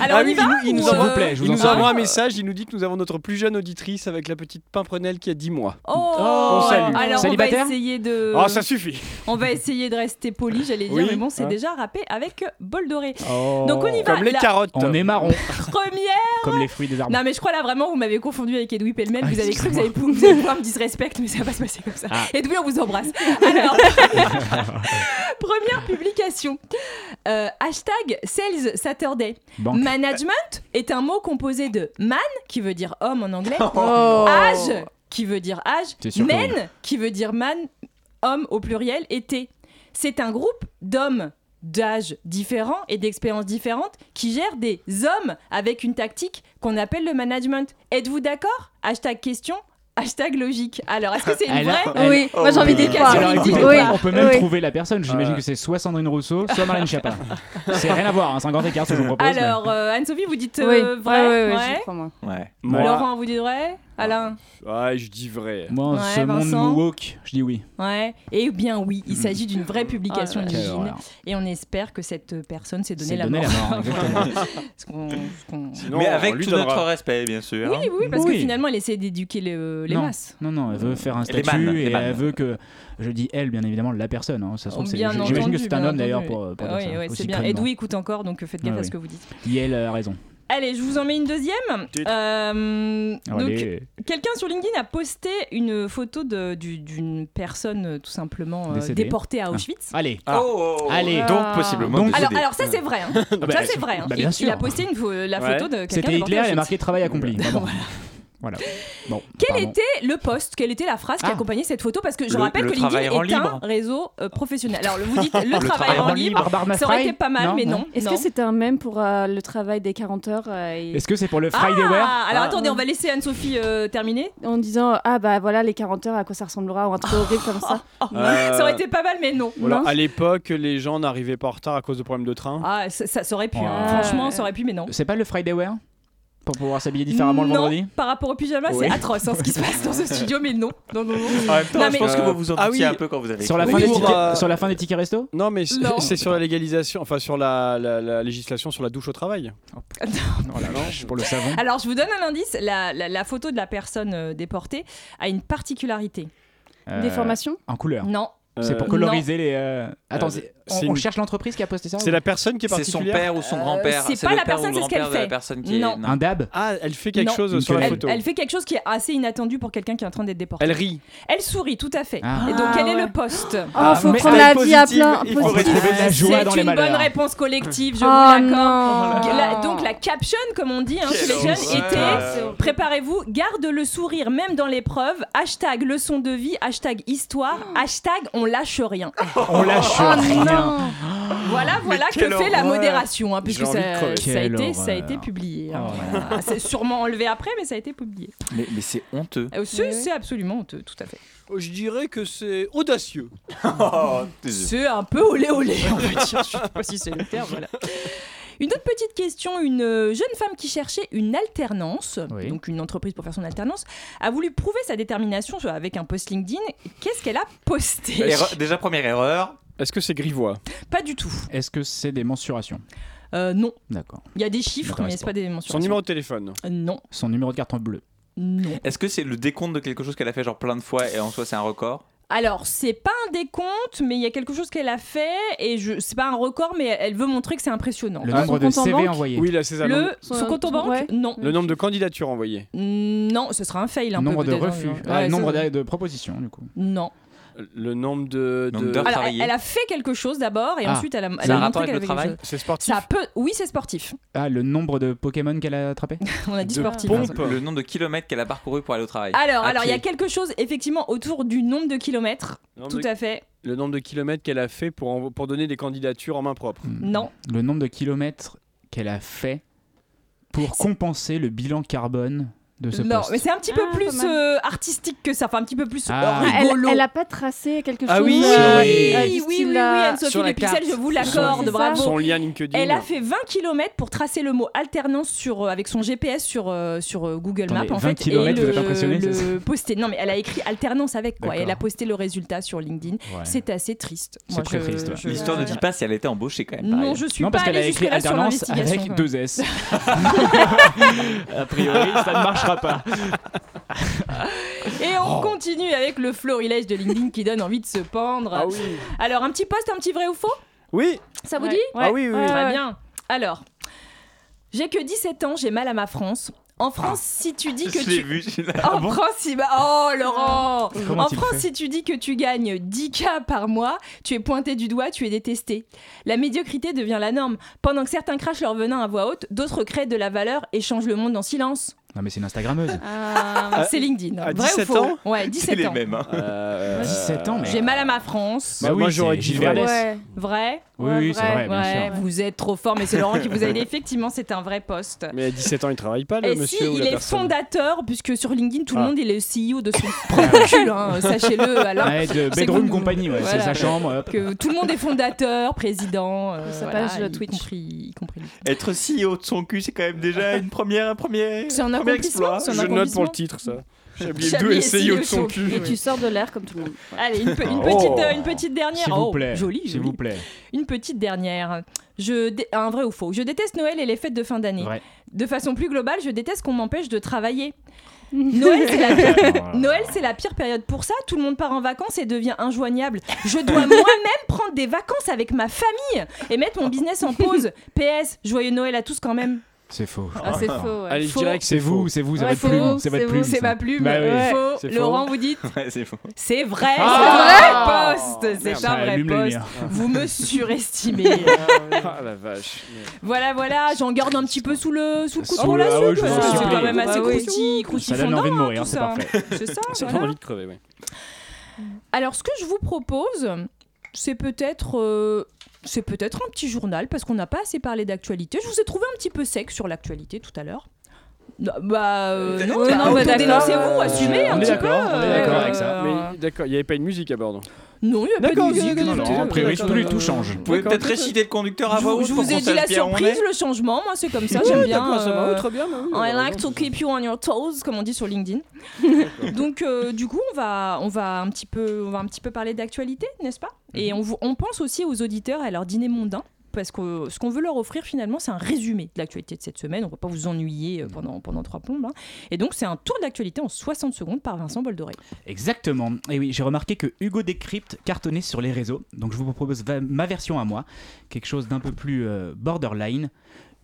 S1: Alors
S11: Ah
S1: on
S11: oui,
S1: y va
S11: il nous-
S1: ou,
S11: il nous en-
S1: euh,
S6: vous plaît, je
S11: Il nous
S6: en
S11: envoie
S6: prie.
S11: un message, il nous dit que nous avons notre plus jeune auditrice avec la petite pimprenelle qui a 10 mois.
S1: Oh,
S11: On salue.
S1: Alors on va
S6: Célibataire
S1: essayer de,
S11: Ah, ça suffit
S1: on va essayer de rester poli, j'allais dire,
S11: Oui.
S1: mais bon, c'est
S11: Hein.
S1: déjà râpé avec bol doré.
S6: Oh.
S1: Donc, on y va.
S11: Comme les
S1: la-
S11: carottes.
S6: On est marron,
S1: Première.
S6: comme les fruits des arbres.
S1: Non mais je crois là vraiment vous m'avez confondu avec Edoui Pellemel, vous
S6: Ah,
S1: avez cru que vous allez pou- vous allez pouvoir me disrespect mais ça va pas se passer comme ça.
S6: Ah.
S1: Edoui on vous embrasse. Alors, première publication. Euh, hashtag Sales Saturday.
S6: Banque.
S1: Management est un mot composé de man qui veut dire homme en anglais,
S9: Oh.
S1: âge qui veut dire âge,
S6: C'est sûr que
S1: men qui veut dire man, homme au pluriel et t. C'est un groupe d'hommes d'âge différents et d'expériences différentes qui gèrent des hommes avec une tactique qu'on appelle le management. Êtes-vous d'accord Hashtag question, hashtag logique. Alors, est-ce que c'est une
S6: Elle a- Oh,
S1: vraie
S6: elle-
S9: Oui, moi j'ai envie d'y croire.
S6: Alors écoutez,
S9: Oui.
S6: on peut même
S9: Oui.
S6: trouver la personne. J'imagine
S11: Ah.
S6: que c'est soit Sandrine Rousseau, soit Marlène Schiappa. c'est rien à voir, hein, c'est un grand écart, ça je vous propose. mais-
S1: Alors, euh, Anne-Sophie, vous dites
S9: Oui,
S1: euh, vrai
S9: ouais, ouais, ouais,
S1: vrai
S9: j'y crois, moi.
S10: Ouais.
S11: Moi,
S1: Laurent, vous dites vrai Alain
S11: Ah, je dis vrai.
S6: Moi, en
S1: Ouais,
S6: ce monde
S1: Vincent.
S6: woke, je dis oui.
S1: Ouais. Eh bien oui, il s'agit d'une vraie publication
S6: Hmm. Oh là là. Quelle
S1: d'origine
S6: horreur.
S1: et on espère que cette personne s'est donnée
S6: S'est
S1: la,
S6: donné la
S1: mort.
S6: mort, exactement.
S1: Ce qu'on- ce qu'on-
S10: Mais avec tout notre respect, bien sûr. hein.
S1: Oui, oui, parce que
S6: Oui.
S1: finalement, elle essaie d'éduquer le- les
S6: non.
S1: masses.
S6: Non, non, elle veut faire un
S10: Les
S6: statut
S10: man, les
S6: et
S10: man.
S6: elle veut que. Je dis elle, bien évidemment, la personne. hein. Ça se trouve, c'est-
S1: Oh, Bien
S6: j'imagine
S1: entendu,
S6: que c'est un
S1: bien
S6: homme d'ailleurs
S1: entendu.
S6: pour, pour
S1: Ah
S6: dire
S1: oui,
S6: ça,
S1: oui, c'est
S6: aussi
S1: bien.
S6: crûment.
S1: Edoui écoute encore, donc faites gaffe
S6: Ouais,
S1: à
S6: oui.
S1: ce que vous dites.
S6: Yel a raison.
S1: Allez, je vous en mets une deuxième. Euh, donc,
S6: Allez.
S1: quelqu'un sur LinkedIn a posté une photo de- du- d'une personne euh, tout simplement euh,
S6: Décédée.
S1: déportée à Auschwitz.
S6: Ah. Allez.
S10: Ah. Oh, oh,
S6: Allez.
S10: oh. Donc, possiblement décédée.
S1: Alors, alors ça c'est vrai. hein.
S6: Ah bah,
S1: ça c'est vrai. hein.
S6: bah,
S1: il,
S6: bien
S1: il
S6: sûr.
S1: a posté une pho- la
S6: Ouais.
S1: photo de quelqu'un
S6: C'était
S1: déporté
S6: Hitler,
S1: à
S6: elle a
S1: Auschwitz.
S6: marqué travail accompli. Bah bon. voilà. Bon,
S1: Quel
S6: pardon. Ah.
S1: était le poste Quel était la phrase qui accompagnait cette photo Parce que je
S6: Le-
S1: rappelle
S6: le
S1: que LinkedIn
S6: travail
S1: est
S6: en
S1: un
S6: libre. Ah.
S1: réseau euh, professionnel. Alors le- vous dites le,
S6: Le
S1: travail en libre, ça aurait été pas mal, mais non.
S9: Est-ce
S1: non.
S9: que c'était un même pour euh, le travail des 40 heures euh, et-
S6: Est-ce que c'est pour le Friday Wear
S1: Ah, alors attendez, on va laisser Anne-Sophie euh, terminer.
S9: En disant euh, ah bah voilà les 40 heures à quoi ça ressemblera ou un truc horrible comme ça.
S11: Euh,
S1: Ça aurait été pas mal, mais non.
S11: Voilà,
S1: Non.
S11: à l'époque, les gens n'arrivaient pas en retard à cause de problèmes de train.
S1: Ah, ça, ça- ça aurait pu. hein.
S11: Ah.
S1: Franchement, ça aurait pu, mais non.
S6: C'est pas le Friday Wear Pour pouvoir s'habiller différemment le
S1: Non,
S6: vendredi
S1: par rapport au pyjama,
S6: Oui.
S1: c'est atroce hein, ce qui se passe dans ce studio, mais non. Non, non, non.
S10: temps, je pense que
S11: Euh,
S10: vous vous en
S11: Ah
S10: doutiez un peu quand vous avez
S6: Sur la, fin
S11: écrit.
S6: des
S11: Pour,
S6: tickets,
S11: euh,
S6: sur la fin des tickets resto
S11: Non, mais c'est
S6: Non.
S11: c'est sur la légalisation, enfin sur la, la- la législation sur la douche au travail.
S6: Oh la vache, pour le savon.
S1: Alors, je vous donne un indice. La, la- la photo de la personne euh, déportée a une particularité.
S6: Euh,
S1: Déformation
S6: En couleur.
S1: Non.
S6: C'est pour
S1: Euh,
S6: coloriser les. euh, Attends,
S11: Euh,
S6: c'est-
S11: c'est
S6: on, on
S11: une-
S6: cherche l'entreprise qui a posté ça
S11: C'est
S6: ou-
S11: la personne qui est
S10: C'est son
S11: particulière
S10: père ou son grand-père.
S1: Euh, c'est pas
S10: le
S1: la
S10: père ou
S1: personne,
S10: le
S1: c'est ce qu'elle
S10: grand-père de
S1: fait.
S10: la personne qui est-
S1: Non.
S6: Un dab
S11: Ah, elle fait quelque
S1: Non.
S11: chose
S1: Une
S11: sur la
S1: elle,
S11: photo.
S1: elle fait quelque chose qui est assez inattendu pour quelqu'un qui est en train d'être déporté.
S11: Elle rit.
S1: Elle sourit, tout à fait.
S11: Ah.
S1: Et donc,
S11: Ah,
S1: quel est
S11: ouais.
S1: le poste
S9: Ah, faut prendre la vie à plein. positive.
S1: C'est une bonne réponse collective, je
S9: Ah,
S1: vous l'accorde. Oh
S9: non.
S1: La- donc la caption, comme on dit hein, chez les
S9: Quelle horreur.
S1: jeunes,
S11: Ah.
S9: C'est
S1: était
S9: horrible.
S1: préparez-vous, garde le sourire même dans l'épreuve. Hashtag leçon de vie, hashtag histoire, hashtag on lâche rien.
S6: On lâche
S1: Oh,
S6: rien.
S1: non. Voilà, voilà que fait
S6: quelle
S1: la
S6: horreur.
S1: modération, hein,
S6: J'ai
S1: puisque
S6: envie
S1: ça,
S6: de crever.
S1: ça a
S6: Quelle
S1: été, ça a été
S6: horreur. Oh,
S1: publié. hein. Voilà. C'est sûrement enlevé après, mais ça a été publié.
S10: Mais, mais c'est honteux.
S1: Euh, C'est c'est absolument honteux, tout à fait.
S11: Je dirais que c'est audacieux.
S1: C'est un peu
S11: oh.
S1: olé olé, on va dire. Je sais pas si c'est le terme, voilà. Une autre petite question, une euh, jeune femme qui cherchait une alternance,
S6: Oui.
S1: donc une entreprise pour faire son alternance, a voulu prouver sa détermination avec un post LinkedIn. Qu'est-ce qu'elle a posté
S10: Erreur- Déjà, première erreur.
S11: Est-ce que c'est grivois
S1: Pas du tout.
S6: Est-ce que c'est des mensurations
S1: Euh, non,
S6: D'accord.
S1: il y a des chiffres, mais
S6: M'intéresse
S1: c'est pas des mentions. Euh,
S11: Son numéro de téléphone.
S1: Non,
S6: Euh, Son numéro de carte en bleu.
S1: non.
S10: Est-ce que c'est le décompte de quelque chose qu'elle a fait genre plein de fois et en soi c'est un record
S1: Alors, c'est pas un décompte, mais il y a quelque chose qu'elle a fait, et je... c'est pas un record, mais elle veut montrer que c'est impressionnant.
S6: Le nombre de CV envoyés.
S11: Oui, là, c'est ça.
S1: Le
S11: nombre-
S1: son compte en banque Non.
S11: Le nombre de candidatures envoyées.
S1: Non, ce sera un fail. Un
S6: Le nombre
S1: peu,
S6: de
S1: peut-être,
S6: refus.
S1: hein,
S6: Ah,
S1: ouais,
S6: le nombre
S1: ça-
S6: d'a- de propositions, du coup.
S1: Non.
S11: Euh, Le nombre de.
S10: Nombre
S11: de-
S10: d'heures
S1: Alors, elle, elle a fait quelque chose d'abord et
S6: Ah.
S1: ensuite elle a, elle a
S6: Ça a un
S1: montré
S6: rapport
S1: qu'elle avait
S6: avec
S1: quelque
S6: le travail
S1: chose.
S11: C'est sportif.
S1: Ça peut. Oui, c'est sportif.
S6: Ah, le nombre de Pokémon qu'elle a attrapé
S1: On a dit
S10: De
S1: sportif. hein.
S10: pompe. Le nombre de kilomètres qu'elle a parcouru pour aller au travail.
S1: Alors,
S6: Ah,
S10: À
S1: alors, il y a
S10: pied.
S1: quelque chose effectivement autour du nombre de kilomètres.
S11: Nombre
S1: Tout
S11: de-
S1: à fait.
S11: Le nombre de kilomètres qu'elle a fait pour, envo- pour donner des candidatures en main propre.
S6: Hmm.
S1: Non.
S6: Le nombre de kilomètres qu'elle a fait pour compenser le bilan carbone de ce
S1: Non,
S6: poste.
S1: mais c'est un petit peu plus
S9: Ah, mal.
S1: euh, artistique que ça, enfin un petit peu plus euh,
S6: Ah.
S9: Ah, elle,
S1: rigolo.
S9: elle a pas tracé quelque chose.
S11: Ah oui,
S9: euh,
S11: sur-
S9: euh,
S11: Oui,
S9: du
S1: oui, oui,
S9: style,
S1: oui,
S9: euh,
S1: Anne-Sophie Sur la Lepixel, carte. je vous l'accorde,
S9: C'est ça.
S1: bravo.
S11: Son lien LinkedIn.
S1: Elle a fait 20 km pour tracer le mot alternance sur, euh, avec son GPS sur, euh, sur euh, Google Maps
S6: Attendez,
S1: en
S6: 20
S1: fait.
S6: kilomètres,
S1: et
S6: vous êtes
S1: le-
S6: impressionné, c'est
S1: le poster. Non mais elle a écrit alternance avec quoi et elle a
S6: D'accord.
S1: posté le résultat sur LinkedIn.
S6: Ouais.
S1: C'est assez triste.
S6: C'est
S1: Moi,
S6: très
S1: je-
S6: triste, ouais.
S1: je-
S10: L'histoire ne dit pas si elle a été embauchée quand même. par
S1: Non,
S10: ailleurs.
S1: je suis
S6: Non,
S1: pas
S6: parce qu'elle a
S1: allée
S6: écrit
S1: jusqu'à là sur
S6: alternance
S1: l'investigation.
S6: avec
S1: quand
S6: deux S. A priori, ça ne marchera pas.
S1: même. Et on continue avec le florilège de LinkedIn qui donne envie de se pendre.
S11: Ah oui.
S1: Alors, un petit poste, un petit vrai ou faux
S11: Oui.
S1: Ça vous
S9: Ouais.
S1: dit
S11: Ah oui, oui, oui.
S1: Très
S9: ouais.
S1: bien. Alors, j'ai que 17 ans, j'ai mal à ma France. En France, si tu dis que
S10: Je l'ai
S1: tu...
S10: vu, Ah je l'ai-
S6: Ah
S1: En France, si... bah- Oh, Laurent
S6: Comment
S1: En
S6: tu le
S1: France,
S6: fais
S1: si tu dis que tu gagnes 10K par mois, tu es pointé du doigt, tu es détesté. La médiocrité devient la norme. Pendant que certains crachent leur venin à voix haute, d'autres créent de la valeur et changent le monde en silence.
S6: Non, mais c'est une Instagrammeuse.
S1: Ah, c'est LinkedIn.
S11: Euh, à
S1: Vrai
S11: 17
S1: ou faux
S11: ans
S1: Ouais,
S10: C'est
S1: 17
S10: les
S1: ans.
S10: mêmes. hein.
S11: Euh,
S6: 17 ans, mais.
S1: J'ai mal à ma France.
S11: Bah
S6: Bah
S11: moi,
S6: oui,
S11: j'aurais
S6: c'est
S11: dit
S6: Gilles
S11: vrai.
S6: Verdès.
S9: Ouais.
S1: Vrai
S6: Oui,
S9: Ouais,
S6: oui, c'est vrai, bien
S1: Ouais,
S6: sûr.
S1: vous êtes trop fort, mais c'est Laurent qui vous a aidé. Effectivement, c'est un vrai poste.
S11: Mais à 17 ans, il travaille pas, le
S1: Et si,
S11: monsieur ou
S1: il
S11: la
S1: est
S11: personne.
S1: fondateur, puisque sur LinkedIn, tout le
S11: Ah.
S1: monde est le CEO de son propre cul, hein, sachez-le. Alors
S6: Ouais, de
S1: C'est
S6: Bedroom
S1: que-
S6: Company, ouais,
S1: voilà.
S6: c'est sa chambre. hop.
S1: que tout le monde est fondateur, président, euh,
S9: Ça
S1: voilà,
S9: passe, je
S1: y
S9: Twitch.
S1: compris, y compris lui.
S10: E Être si haut de son cul, c'est quand même déjà une première. un premier-
S1: C'est un
S10: première
S11: bel
S9: accomplissement,
S11: exploit.
S9: c'est un
S11: Je note
S9: accomplissement.
S11: pour le titre, ça.
S9: Chablis
S11: Chablis
S1: E
S11: Hebdo
S6: E
S11: essayé de son cul.
S9: Et tu sors de l'air comme tout le monde.
S1: Allez, une, pe- une
S11: Oh.
S1: petite, euh, une petite dernière.
S6: Ah. S'il vous
S1: Oh,
S6: plaît.
S1: jolie,
S6: S'il
S1: jolie.
S6: vous plaît.
S1: Une petite dernière. Je dé- Un vrai ou faux Je déteste Noël et les fêtes de fin d'année.
S6: Vrai.
S1: De façon plus globale, je déteste qu'on m'empêche de travailler. Noël, c'est la pire. Noël, c'est la pire période pour ça. Tout le monde part en vacances et devient injoignable. Je dois moi-même prendre des vacances avec ma famille et mettre mon business en pause. PS, joyeux Noël à tous quand même.
S6: C'est faux.
S1: Ah, c'est faux, ouais. Allez, je
S6: Faux.
S1: dirais que
S6: c'est
S1: c'est faux.
S6: vous, c'est vous, ça
S1: Ouais,
S6: va être plume.
S1: faux,
S6: Ça va
S1: c'est
S6: être
S1: vous.
S6: plume.
S1: C'est
S6: ça.
S1: ma plume,
S6: Bah oui.
S1: ouais. Faux.
S6: C'est
S1: Laurent, vous dites
S10: Ouais, c'est faux.
S1: C'est vrai,
S11: Ah
S1: c'est un vrai poste, c'est
S11: Merde.
S1: un vrai
S11: Allume la
S1: poste.
S11: lumière.
S1: Vous me surestimez.
S11: Ah la vache.
S1: voilà, voilà, j'en garde un petit peu sous le sous le coude
S11: Sous
S1: pour
S11: le-
S1: la
S11: ah
S1: soupe.
S11: ouais, je vous en
S1: parce que c'est
S11: supplie.
S1: quand même assez
S11: Ah oui.
S1: croustillant,
S6: Ça
S1: croustillant
S6: donne envie de
S1: fondant,
S6: mourir,
S1: tout
S6: c'est
S1: ça.
S6: parfait.
S1: C'est ça,
S11: Ça
S1: voilà.
S11: envie de crever, oui.
S1: Alors, ce que je vous propose, c'est peut-être. euh, C'est peut-être un petit journal parce qu'on n'a pas assez parlé d'actualité. Je vous ai trouvé un petit peu sec sur l'actualité tout à l'heure. Non, Bah euh, non,
S9: Ouais,
S1: bah,
S9: non, bah, d'accord.
S1: autodénoncez-vous, assumez un
S11: Euh, On est
S1: petit peu.
S11: d'accord, on est d'accord
S1: euh,
S11: avec ça. Mais d'accord, il n'y avait pas une musique à bord. donc.
S1: Non, il n'y a pas de
S11: D'accord,
S1: musique.
S11: d'accord,
S1: non,
S11: d'accord,
S1: non.
S11: d'accord.
S6: A priori, plus tout change.
S10: Vous pouvez peut-être réciter le conducteur à
S1: Je
S10: voix
S1: vous,
S10: haute
S1: je
S10: pour
S1: vous
S10: qu'on
S1: ai dit
S10: sache
S1: la
S10: bien où on
S1: surprise,
S10: est
S1: le changement. Moi, c'est comme ça,
S11: Ouais,
S1: j'aime bien.
S11: d'accord, ça va,
S1: euh,
S11: ouais, très bien, mais oui,
S1: I
S11: d'accord,
S1: like to keep you on your toes, comme on dit sur LinkedIn. Donc, euh, du coup, on va, on va un petit peu, on va un petit peu parler d'actualité, n'est-ce pas Et
S10: Mhm.
S1: on, vous- on pense aussi aux auditeurs et à leur dîner mondain. Parce que ce qu'on veut leur offrir finalement, c'est un résumé de l'actualité de cette semaine. On ne va pas vous ennuyer euh, pendant, pendant trois plombes. hein. Et donc, c'est un tour d'actualité en 60 secondes par Vincent Boldoré.
S6: Exactement. Et oui, j'ai remarqué que Hugo décrypte cartonnait sur les réseaux. Donc je vous propose va- ma version à moi, quelque chose d'un peu plus euh, borderline.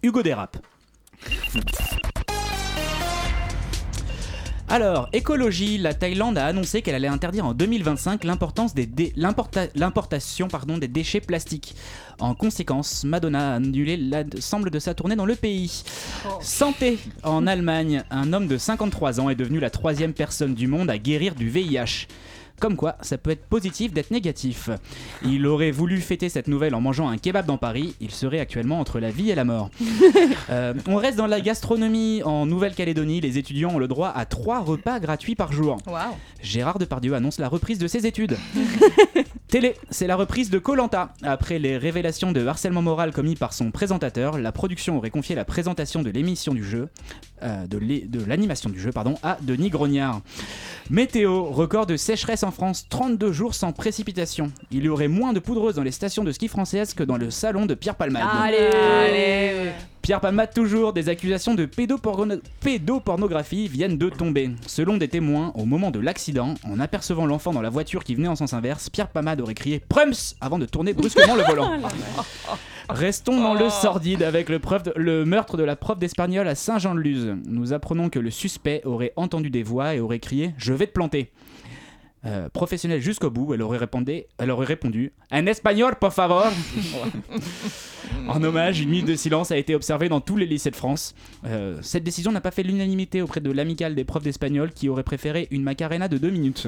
S6: Hugo dérape. Alors, écologie, la Thaïlande a annoncé qu'elle allait interdire en 2025 l'importance des dé- l'importa- l'importation pardon, des déchets plastiques. En conséquence, Madonna a annulé l'ensemble de sa tournée dans le pays. Santé, en Allemagne, un homme de 53 ans est devenu la troisième personne du monde à guérir du VIH. Comme quoi, ça peut être positif d'être négatif. Il aurait voulu fêter cette nouvelle en mangeant un kebab dans Paris, il serait actuellement entre la vie et la mort. Euh, on reste dans la gastronomie. En Nouvelle-Calédonie, les étudiants ont le droit à trois repas gratuits par jour.
S1: Waouh
S6: Gérard Depardieu annonce la reprise de ses études. Télé, c'est la reprise de Colanta. Après les révélations de harcèlement moral commis par son présentateur, la production aurait confié la présentation de l'émission du jeu, euh, de l'é- de l'animation du jeu, pardon, à Denis Grognard. Météo, record de sécheresse en France, 32 jours sans précipitation. Il y aurait moins de poudreuse dans les stations de ski françaises que dans le salon de Pierre Palmade.
S1: Allez, allez
S6: Pierre Palmade toujours, des accusations de pédoporno- pédopornographie viennent de tomber. Selon des témoins, au moment de l'accident, en apercevant l'enfant dans la voiture qui venait en sens inverse, Pierre Palmade aurait crié Prums avant de tourner brusquement le volant. Restons dans le sordide avec le, preuve- le meurtre de la prof d'espagnol à Saint-Jean-de-Luz. Nous apprenons que le suspect aurait entendu des voix et aurait crié Je vais te planter. Euh, professionnelle jusqu'au bout, elle aurait, répondu, elle aurait répondu Un espagnol, por favor En hommage, une minute de silence a été observée dans tous les lycées de France. Euh, cette décision n'a pas fait l'unanimité auprès de l'amicale des profs d'espagnol qui aurait préféré une macarena de deux minutes.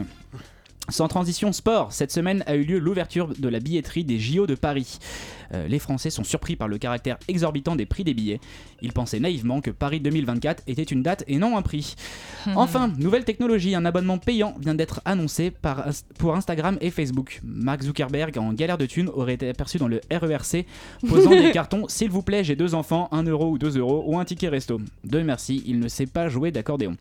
S6: Sans transition sport, cette semaine a eu lieu l'ouverture de la billetterie des JO de Paris. Euh, les Français sont surpris par le caractère exorbitant des prix des billets. Ils pensaient naïvement que Paris 2024 était une date et non un prix. Enfin, nouvelle technologie, un abonnement payant vient d'être annoncé par, pour Instagram et Facebook. Mark Zuckerberg, en galère de thunes, aurait été aperçu dans le E RERC posant des cartons S'il vous plaît, j'ai deux enfants, 1 euro ou 2 euros, ou un ticket resto. De merci, il ne sait pas jouer d'accordéon.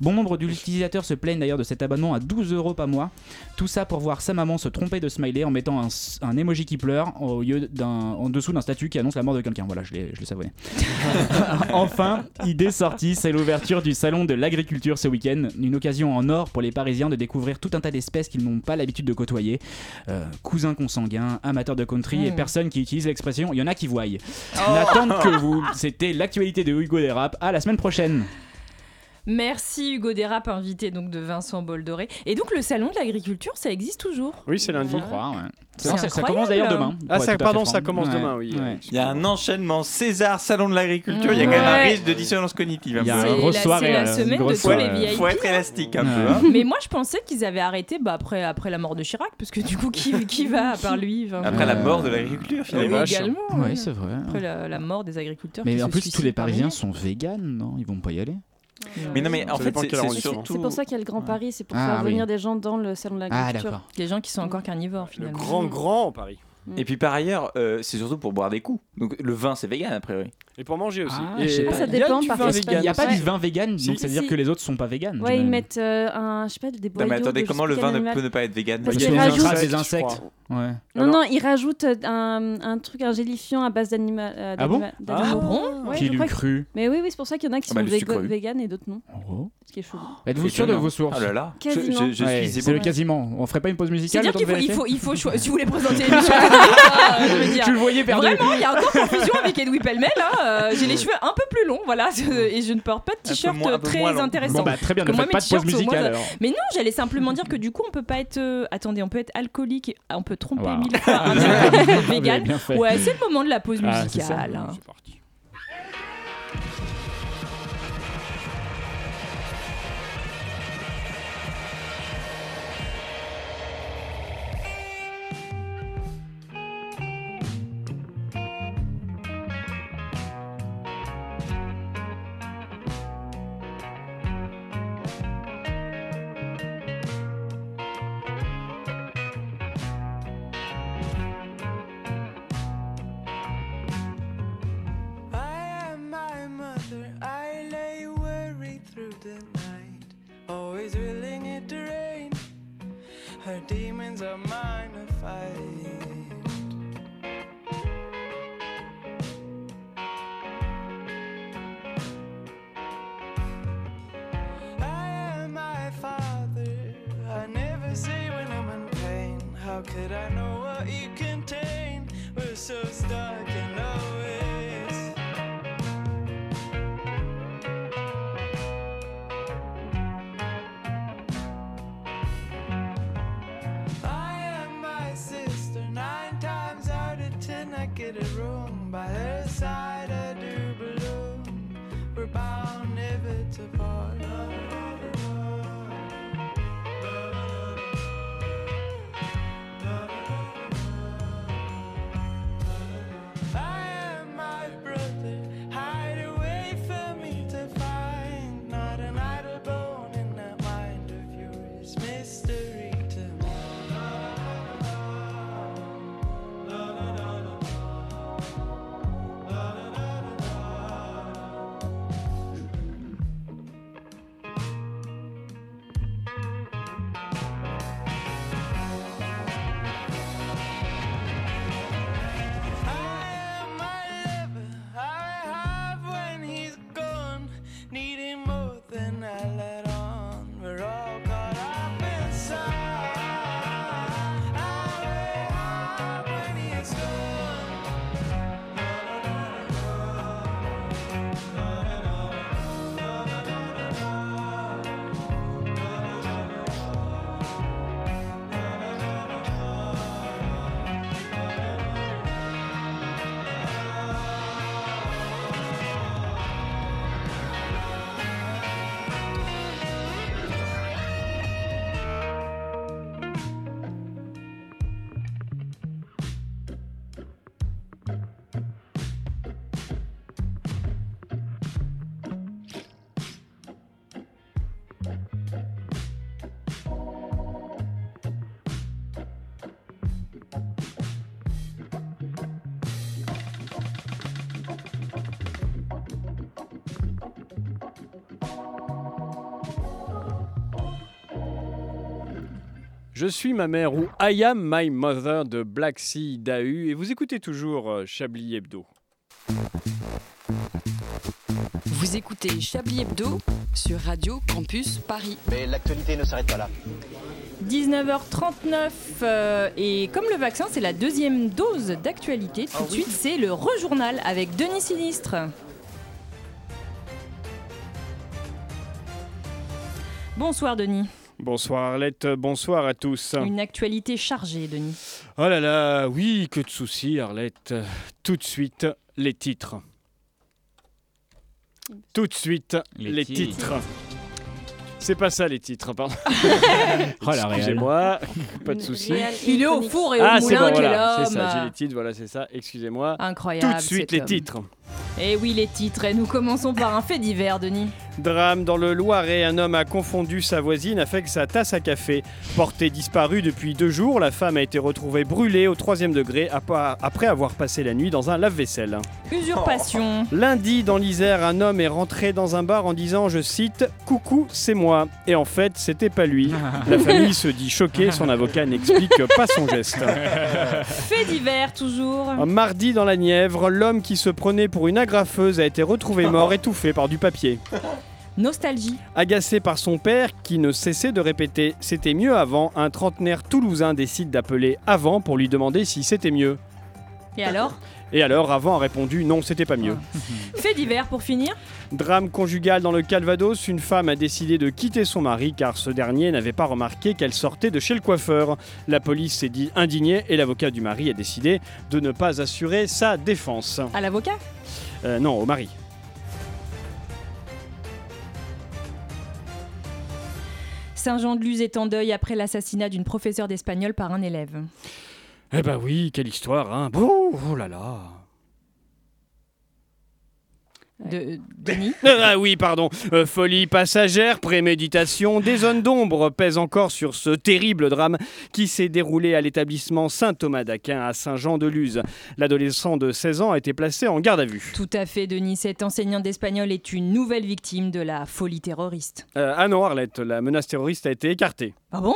S6: Bon nombre d'utilisateurs se plaignent d'ailleurs de cet abonnement à 12 euros par mois. Tout ça pour voir sa maman se tromper de smiley en mettant un, s- un emoji qui pleure au lieu d'un, en dessous d'un statut qui annonce la mort de quelqu'un. Voilà, je l'ai, je l'ai savoué. enfin, idée sortie, c'est l'ouverture du salon de l'agriculture ce week-end. Une occasion en or pour les Parisiens de découvrir tout un tas d'espèces qu'ils n'ont pas l'habitude de côtoyer. Euh, cousins consanguins, amateurs de country et
S1: Mm.
S6: personnes qui utilisent l'expression il y en a qui voient.
S1: Oh.
S6: N'attendent que vous. C'était l'actualité de Hugo Dérap. À la semaine prochaine.
S1: Merci Hugo Dérap, invité donc de Vincent Boldoré. Et donc le salon de l'agriculture, ça existe toujours
S11: Oui, c'est lundi.
S6: Faut croire, Ah, ouais.
S1: C'est
S6: Non, ça, ça
S1: incroyable.
S6: commence d'ailleurs demain. pour
S11: Ah,
S6: être
S11: ça,
S6: tout à
S11: pardon,
S6: fait franc.
S11: ça commence
S6: Ouais.
S11: demain, oui. euh,
S6: Ouais.
S10: Il y a un enchaînement César Salon de l'agriculture, il y a quand même un
S1: Ouais.
S10: risque de dissonance cognitive. un
S6: Il y a
S10: peu,
S6: un
S10: hein.
S1: C'est
S6: grosse
S1: la-
S6: soirée,
S1: c'est la
S6: euh,
S1: semaine
S6: une
S1: de
S6: grosse
S1: tous les
S6: soirée.
S1: VIP.
S10: Faut être élastique un peu.
S6: Ouais.
S10: hein.
S1: Mais moi, je pensais qu'ils avaient arrêté bah, après, après la mort de Chirac, parce que du coup, qui, qui va à part lui enfin,
S10: Après la
S6: Euh,
S10: mort de l'agriculture,
S1: oui,
S10: finalement.
S1: également, ouais.
S6: Ouais, c'est vrai. hein.
S1: Après la, la mort des agriculteurs.
S6: Mais
S1: qui
S6: en
S1: se
S6: plus, tous les
S1: suicident par
S6: Parisiens
S1: milliers.
S6: sont véganes, non Ils vont pas y aller.
S10: Mais non, mais en
S11: Ça
S10: fait,
S11: dépend
S10: c'est
S11: quel
S10: c'est
S11: arrondissement.
S10: surtout.
S9: C'est pour ça qu'il y a le Grand Paris, c'est pour
S6: Ah,
S9: faire
S6: oui.
S9: venir des gens dans le salon de
S6: Ah,
S9: l'agriculture.
S6: d'accord.
S1: Les gens qui sont encore carnivores,
S11: Le
S1: finalement.
S11: grand, grand Paris.
S1: Mm.
S10: Et puis par ailleurs, euh, c'est surtout pour boire des coups. Donc le vin, c'est vegan a priori.
S11: Et pour manger aussi.
S6: Ah,
S11: Et
S6: je sais pas.
S11: il y a
S9: Ça dépend,
S11: du
S9: par
S11: vin
S9: contre.
S11: vegan
S6: Il n'y a pas
S11: aussi.
S6: du vin vegan,
S11: Si.
S6: donc ça veut dire
S9: Si.
S6: que les autres sont pas véganes.
S9: Ouais, ils
S6: j'imagine.
S9: mettent euh, un, je sais pas, des
S10: Non,
S9: boyaux.
S10: mais attendez, comment le vin ne peut ne pas être vegan
S9: Parce
S6: Il y
S9: qu'ils
S6: a des
S9: rajoutent-
S6: intrants, des insectes. Ouais.
S9: Non, non, ils rajoutent euh, un, un truc, un gélifiant à base d'animal. euh,
S6: Ah bon
S9: d'anima-
S6: Ah
S9: d'animaux.
S6: bon
S9: Ouais,
S6: Qui
S9: je
S6: l'eût
S9: crois que-
S6: cru
S9: Mais oui, oui, c'est pour ça qu'il y en a qui
S6: Ah bah,
S9: sont
S6: le sucre,
S9: végo-
S6: oui.
S9: vegan et d'autres non. Ce qui est chelou.
S6: Ah Oh. Êtes-vous sûr de vos sources
S10: Oh là là.
S9: Quasiment. Je- je- je
S6: Ouais,
S10: suis
S6: C'est le
S10: bon.
S6: quasiment. On ferait pas une pause musicale
S1: C'est-à-dire
S6: le temps de
S1: qu'il faut, il
S6: vérifier
S1: faut, il faut choisir. Si vous voulez présenter l'émission, euh, je veux dire.
S6: Tu le voyais perdu.
S1: Vraiment, il y a encore confusion avec Edoui Pellemel. hein, euh, J'ai les cheveux un peu plus longs, voilà, et je ne porte pas de t-shirt
S6: Mm. moins- un peu
S1: très
S6: moins long.
S1: intéressant.
S6: Bon, bah, très bien,
S1: Parce
S6: ne
S1: que moi,
S6: faites
S1: mes
S6: pas de pause
S1: t-shirts, au moins,
S6: musicale,
S1: ça-
S6: alors.
S1: Mais non, j'allais simplement dire que du coup, on peut pas être. euh, Attendez, on peut être alcoolique. et- ah, On peut tromper
S6: Wow.
S1: mille fois un
S6: Vous
S1: alcoolique
S6: avez
S1: vegan.
S6: bien fait.
S1: Ouais, c'est le moment de la pause
S6: Ah, c'est ça.
S1: musicale. hein.
S12: I am my mother, I lay worried through the night, always willing it to rain. Her demons are mine to fight. I am my father, I never say when I'm in pain. How could I know what you contain? We're so stuck in always. I am my sister. Nine times out of ten, I get it wrong. By her side, I do belong. We're bound never to part. I am my brother. Hide away from me to find not an idle bone in that mind of yours. Mystery to me. I have when he's gone. Need him more than I let on. We're all caught up inside. I will have when he is gone.
S11: Je suis ma mère ou I am my mother de Black Sea Dahu et vous écoutez toujours euh, Chablis Hebdo.
S7: Vous écoutez Chablis Hebdo sur Radio Campus Paris.
S8: Mais l'actualité ne s'arrête pas là.
S1: 19h39 euh, et comme le vaccin c'est la deuxième dose d'actualité,
S8: Ah
S1: tout de suite c'est le rejournal avec Denis Sinistre. Bonsoir Denis.
S11: Bonsoir Arlette, bonsoir à tous.
S1: Une actualité chargée Denis.
S11: Oh là là, oui, que de soucis Arlette. Tout de suite, les titres. Tout de suite, les, titres.
S6: titres.
S11: C'est pas ça les titres, pardon.
S6: Oh, la réelle.
S11: Excusez-moi, pas de soucis.
S1: réelle Il est au iconique. four et au
S11: ah, c'est
S1: moulin,
S11: bon,
S1: quel
S11: voilà, C'est
S1: homme.
S11: ça, j'ai les titres, voilà, c'est ça, excusez-moi.
S1: Incroyable,
S11: Tout de suite
S1: cet
S11: les
S1: homme.
S11: titres.
S1: eh, Et oui les titres et nous commençons par un fait divers Denis.
S11: Drame dans le Loiret, un homme a confondu sa voisine avec sa tasse à café. Portée disparue depuis deux jours, la femme a été retrouvée brûlée au troisième degré ap- après avoir passé la nuit dans un lave-vaisselle.
S1: Usurpation.
S11: Oh. Lundi, dans l'Isère, un homme est rentré dans un bar en disant, je cite, Coucou, c'est moi. Et en fait, c'était pas lui. La famille se dit choquée, son avocat n'explique pas son geste.
S1: Fait divers toujours.
S11: Un Mardi dans la Nièvre, l'homme qui se prenait pour une agrafeuse a été retrouvé mort étouffé par du papier.
S1: Nostalgie.
S11: Agacé par son père qui ne cessait de répéter C'était mieux avant, un trentenaire toulousain décide d'appeler Avant pour lui demander si c'était mieux.
S1: Et alors
S11: Et alors Avant a répondu Non, c'était pas mieux.
S1: Fait divers pour finir.
S11: Drame conjugal dans le Calvados, une femme a décidé de quitter son mari car ce dernier n'avait pas remarqué qu'elle sortait de chez le coiffeur. La police s'est dit indignée et l'avocat du mari a décidé de ne pas assurer sa défense.
S1: À l'avocat
S11: Euh, non, au mari.
S1: Saint-Jean-de-Luz est en deuil après l'assassinat d'une professeure d'espagnol par un élève.
S11: Eh ben oui, quelle histoire, hein Bon, oh là là
S1: De, euh, Denis
S11: Ah oui, pardon. Euh, folie passagère, préméditation, des zones d'ombre pèsent encore sur ce terrible drame qui s'est déroulé à l'établissement Saint-Thomas d'Aquin à Saint-Jean-de-Luz. L'adolescent de 16 ans a été placé en garde à vue.
S1: Tout à fait, Denis. Cet enseignant d'espagnol est une nouvelle victime de la folie terroriste.
S11: Euh, ah non, Arlette, la menace terroriste a été écartée.
S1: Ah bon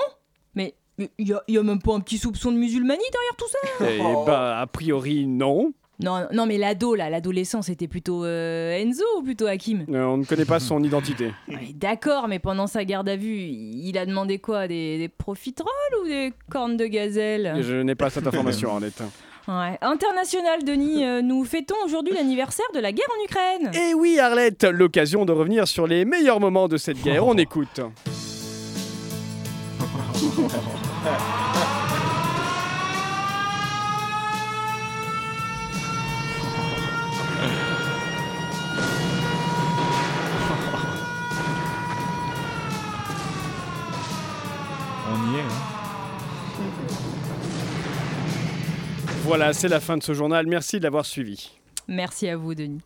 S1: Mais il y, a- y a même pas un petit soupçon de musulmanie derrière tout ça
S11: Eh bah, a priori, non.
S1: non, non, mais l'ado, là, l'adolescent, c'était plutôt euh, Enzo ou plutôt Hakim
S11: Euh, on ne connaît pas son identité.
S1: Ouais, D'accord, mais pendant sa garde à vue, il a demandé quoi Des, des profiteroles ou des cornes de gazelle
S11: Je n'ai pas cette information, Arlette.
S1: Ouais. International, Denis, euh, nous fêtons aujourd'hui l'anniversaire de la guerre en Ukraine.
S11: Et Eh oui, Arlette, l'occasion de revenir sur les meilleurs moments de cette guerre.
S6: Oh.
S11: On écoute.
S13: On y est. hein.
S11: Voilà, c'est la fin de ce journal. Merci de l'avoir suivi.
S1: Merci à vous, Denis.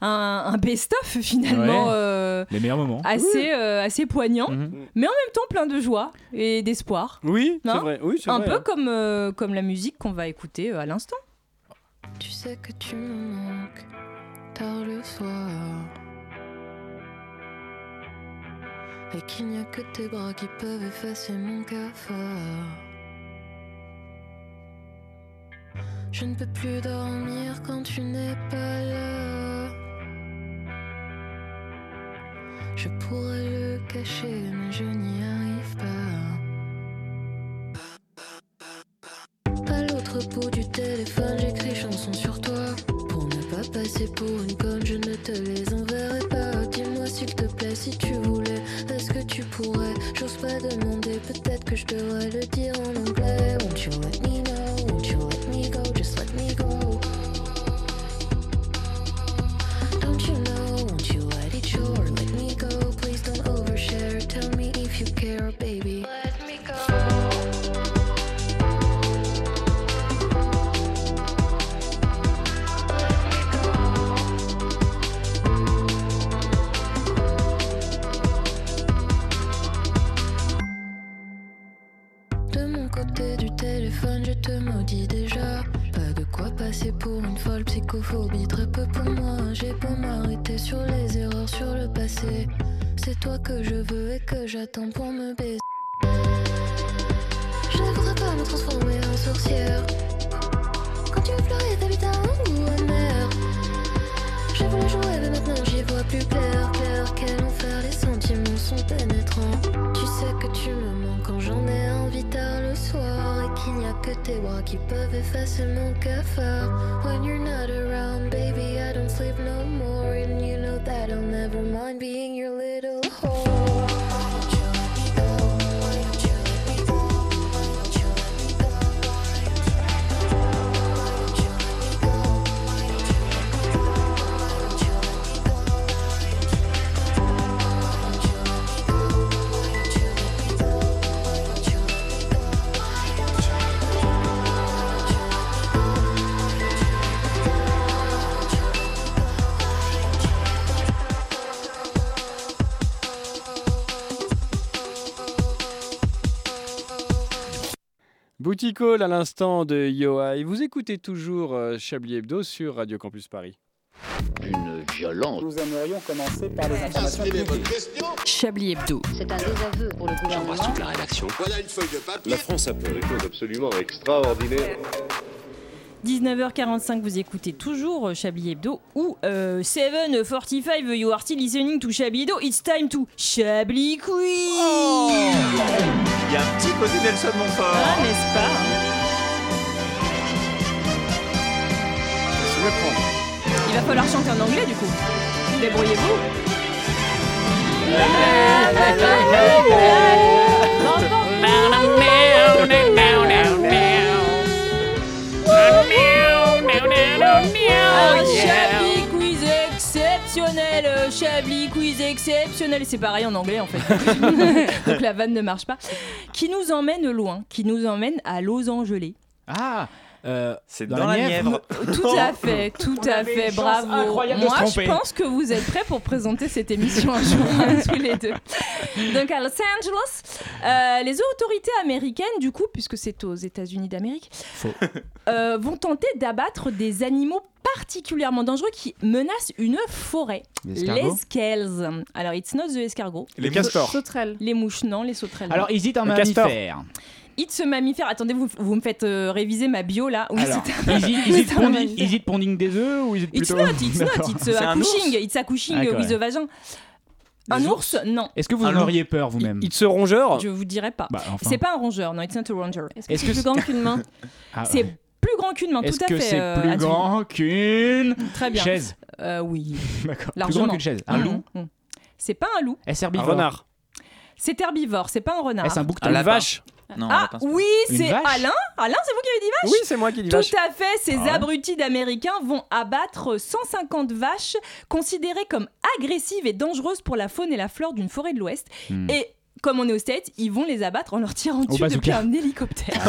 S1: Un, un best-of finalement
S6: Ouais.
S1: euh,
S6: Les meilleurs moments.
S1: assez, euh, assez poignant, mais en même temps plein de joie et d'espoir.
S11: Oui,
S1: Non
S11: c'est vrai. Oui, c'est
S1: Un
S11: vrai,
S1: peu
S11: hein.
S1: comme, euh, comme la musique qu'on va écouter euh, à l'instant.
S14: Tu sais que tu me manques tard le soir. Et qu'il n'y a que tes bras qui peuvent effacer mon cafard. Je ne peux plus dormir quand tu n'es pas là. Je pourrais le cacher, mais je n'y arrive pas. À l'autre bout du téléphone, j'écris chanson sur toi. Pour ne pas passer pour une conne, je ne te les enverrai pas. Dis-moi s'il te plaît si tu voulais. Est-ce que tu pourrais J'ose pas demander, peut-être que je devrais le dire en anglais. Won't you let me know? Won't you let me go? Just let me go. Don't you know? Won't you let it show or let me go? Please don't overshare. Tell me if you care, baby. Let me go. De mon côté du téléphone, je te maudis déjà. Pas de quoi passer pour une folle psychophobie, très peu pour moi. J'ai beau m'arrêter sur les erreurs, sur le passé. C'est toi que je veux et que j'attends pour me baiser. Je ne voudrais pas me transformer en sorcière. Quand tu me pleurais, t'habites un goût amer. Je voulais jouer, mais maintenant j'y vois plus clair. Clair, quel enfer, les sentiments sont pénétrants. Tu sais que tu me manques quand j'en ai envie tard le soir. Et qu'il n'y a que tes bras qui peuvent effacer mon cafard. When you're not around, baby, I don't sleep no more. And you know that I'll never mind being your little whore.
S11: Boutique Hall à l'instant de Yoa. Et vous écoutez toujours euh, Chablis Hebdo sur Radio Campus Paris.
S3: Une violence.
S15: Nous aimerions commencer par les informations
S7: Chablis Hebdo.
S5: C'est un désaveu pour le gouvernement.
S2: la rédaction. Voilà une feuille de papier. La France a fait des choses absolument extraordinaires.
S1: 19h45, vous écoutez toujours euh, Chablis Hebdo ou euh, 745 You Are Still Listening to Chablis Hebdo. It's time to Chablis Quiz
S15: Il y a un petit côté Nelson Montfort.
S1: Ah, n'est-ce pas Il va falloir chanter en anglais du coup. Débrouillez-vous. Un Chablis Quiz exceptionnel, euh, Chablis Quiz exceptionnel, c'est pareil en anglais en fait. Donc la vanne ne marche pas. Qui nous emmène loin, qui nous emmène à Los Angeles.
S6: Ah C'est
S10: dans la Nièvre.
S1: Tout à fait, tout
S10: On
S1: à
S10: avait
S1: fait,
S10: une chance
S1: bravo.
S10: incroyable de se
S1: Moi, je
S10: tromper.
S1: pense que vous êtes prêts pour présenter cette émission un jour hein, tous les deux. Donc à Los Angeles, euh, les autorités américaines, du coup, puisque c'est aux États-Unis d'Amérique, euh, vont tenter d'abattre des animaux particulièrement dangereux qui menacent une forêt.
S6: Les escargots
S1: Les scales. Alors, it's not the escargot.
S6: Les Les castors. mouches.
S1: Sauterelles. Les mouches, non, les sauterelles.
S6: Alors,
S1: non.
S6: is it un Le castor. mammifère
S1: It's a mammifère. Attendez, vous, vous me faites euh, réviser ma bio là. Oui,
S6: Alors,
S1: c'est un-
S6: is it, is it
S1: c'est un
S6: ponding,
S1: mammifère.
S6: is it ponding des œufs ou is it
S1: It's
S6: plutôt...
S1: not, it's not,
S6: D'accord.
S1: it's a accouching, it's accouching euh,
S6: D'accord,
S1: with
S6: ouais.
S1: a vagin. Un ours, Non.
S6: Est-ce que vous
S11: Un
S6: en
S11: loup.
S6: auriez peur vous-même
S11: It's a rongeur
S1: Je vous dirais pas.
S6: Bah, enfin.
S1: C'est pas un rongeur, non, it's not a ronger. Est-ce
S6: que Est-ce c'est que plus c'est- grand qu'une main Ah,
S1: C'est
S6: ouais.
S1: plus grand qu'une main, tout
S6: Est-ce
S1: à
S6: que
S1: fait.
S6: c'est
S1: euh,
S6: plus
S1: Adrien.
S6: grand qu'une
S1: Très bien.
S6: chaise
S1: Euh, Oui.
S6: D'accord. Plus
S1: Largement.
S6: grand qu'une chaise. Un
S1: Mm,
S6: loup
S1: mm, mm. C'est pas un loup.
S6: Est-ce herbivore
S1: C'est herbivore, c'est pas un renard.
S6: Est-ce Eh, un bouquetin
S11: Une vache.
S10: Non,
S1: ah
S10: lapin, c'est pas-
S1: oui,
S10: Une
S1: c'est
S10: vache
S1: Alain. Alain, c'est vous qui avez dit vache
S11: Oui, c'est moi qui dis
S1: Tout
S11: vache.
S1: à fait, ces
S11: Ah ouais.
S1: abrutis d'Américains vont abattre 150 vaches considérées comme agressives et dangereuses pour la faune et la flore d'une forêt de l'Ouest.
S6: Hmm.
S1: Et comme on est aux States, ils vont les abattre en leur tirant dessus
S6: bazooka.
S1: depuis un hélicoptère.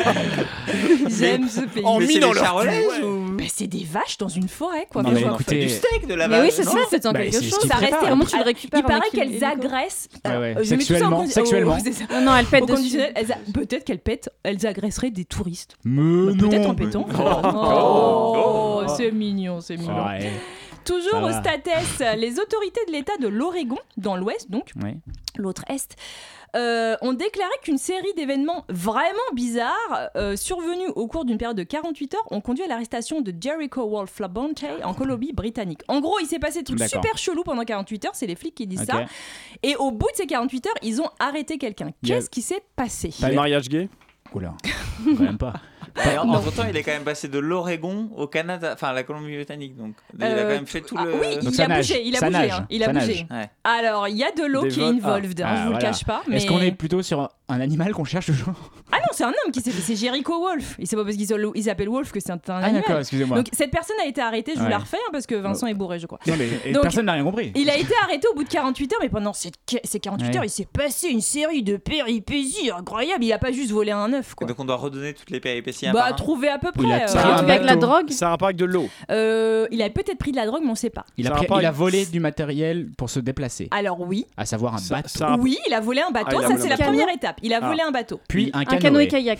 S1: J'aime ce pays.
S15: En Mais mis c'est dans des leur charolaises
S1: charolaises Mais c'est des vaches dans une forêt, quoi.
S6: Non,
S1: Mais
S6: mais
S1: genre-
S6: écoutez-
S15: Du steak de la
S1: Mais
S15: vache.
S1: oui, c'est
S15: non
S1: ça, c'est en
S6: Bah,
S1: quelque
S6: c'est ce
S1: chose.
S6: qu'ils
S1: Ça reste
S6: préparent.
S1: comment tu
S9: Il
S1: le
S9: paraît
S1: récupères. Il paraît
S9: avec une
S1: qu'elles
S9: hélico.
S1: agressent.
S6: Ouais,
S1: Alors,
S6: ouais,
S1: je mets tout ça en
S6: sexuellement,
S1: condi-
S6: sexuellement.
S1: c'est ça.
S9: Non, non, elles pètent
S1: Au
S9: dessus.
S1: conditionnel, elles a- Peut-être qu'elles pètent, elles agresseraient des touristes. Bah,
S6: Mais Euh, non
S1: Peut-être en pétant. Oh, c'est mignon, c'est mignon.
S6: Ouais.
S1: Toujours
S6: Ça
S1: au
S6: va.
S1: States, les autorités de l'État de l'Oregon, dans l'Ouest donc,
S6: Ouais.
S1: l'autre Est, euh, ont déclaré qu'une série d'événements vraiment bizarres euh, survenus au cours d'une période de 48 heures ont conduit à l'arrestation de Jericho Wolf Labonte en Colombie-Britannique. En gros, il s'est passé tout
S6: D'accord.
S1: super chelou pendant 48 heures, c'est les flics qui disent
S6: Ok.
S1: ça. Et au bout de ces 48 heures, ils ont arrêté quelqu'un.
S6: Il y a- Bah,
S1: Qu'est-ce qui s'est passé
S11: Pas de mariage gay
S6: Oula, quand même pas.
S10: Et en- Entre-temps, il est quand même passé de l'Oregon au Canada, enfin à la Colombie-Britannique. Donc, il a quand
S1: Euh,
S10: même fait tout le.
S1: Oui, il a bougé, il a bougé, hein, il a bougé.
S10: Ouais.
S1: Alors, il y a de l'eau
S6: Des
S1: qui est
S6: vols- ah.
S1: involved, hein,
S6: Ah,
S1: je vous
S6: voilà.
S1: le cache pas. Mais...
S6: Est-ce qu'on est plutôt sur un animal qu'on cherche toujours
S1: Ah non, c'est un homme qui s'appelle, c'est Jericho Wolf. Et c'est pas parce qu'il s'appelle- il s'appelle Wolf que c'est un, un animal.
S6: Ah, d'accord, excusez-moi.
S1: Donc cette personne a été arrêtée, je vous
S6: Ouais.
S1: la refais hein, parce que Vincent est bourré, je crois.
S6: Non, mais et
S1: Donc,
S6: personne n'a rien compris.
S1: Il a été arrêté au bout de 48 heures, mais pendant ces qu- ces 48
S10: Ouais.
S1: heures, il s'est passé une série de péripéties incroyables. Il a pas juste volé un œuf, quoi.
S10: Donc, on doit redonner toutes les péripéties. un
S1: Bah,
S10: par un.
S1: trouver à peu près. euh, bateau.
S11: Ça a un rapport avec de l'eau.
S1: Euh, il a peut-être pris de la drogue, mais on sait pas.
S6: Il a, pris- il a volé du matériel pour se déplacer,
S1: Alors oui.
S6: à savoir un bateau.
S1: Ah. Oui, il a volé un bateau,
S6: Ah, il a
S1: ça
S6: volé
S1: c'est
S6: un
S1: la
S6: bateau.
S1: première étape. Il a
S6: Ah.
S1: volé un bateau.
S6: Puis un,
S9: Un canoë kayak.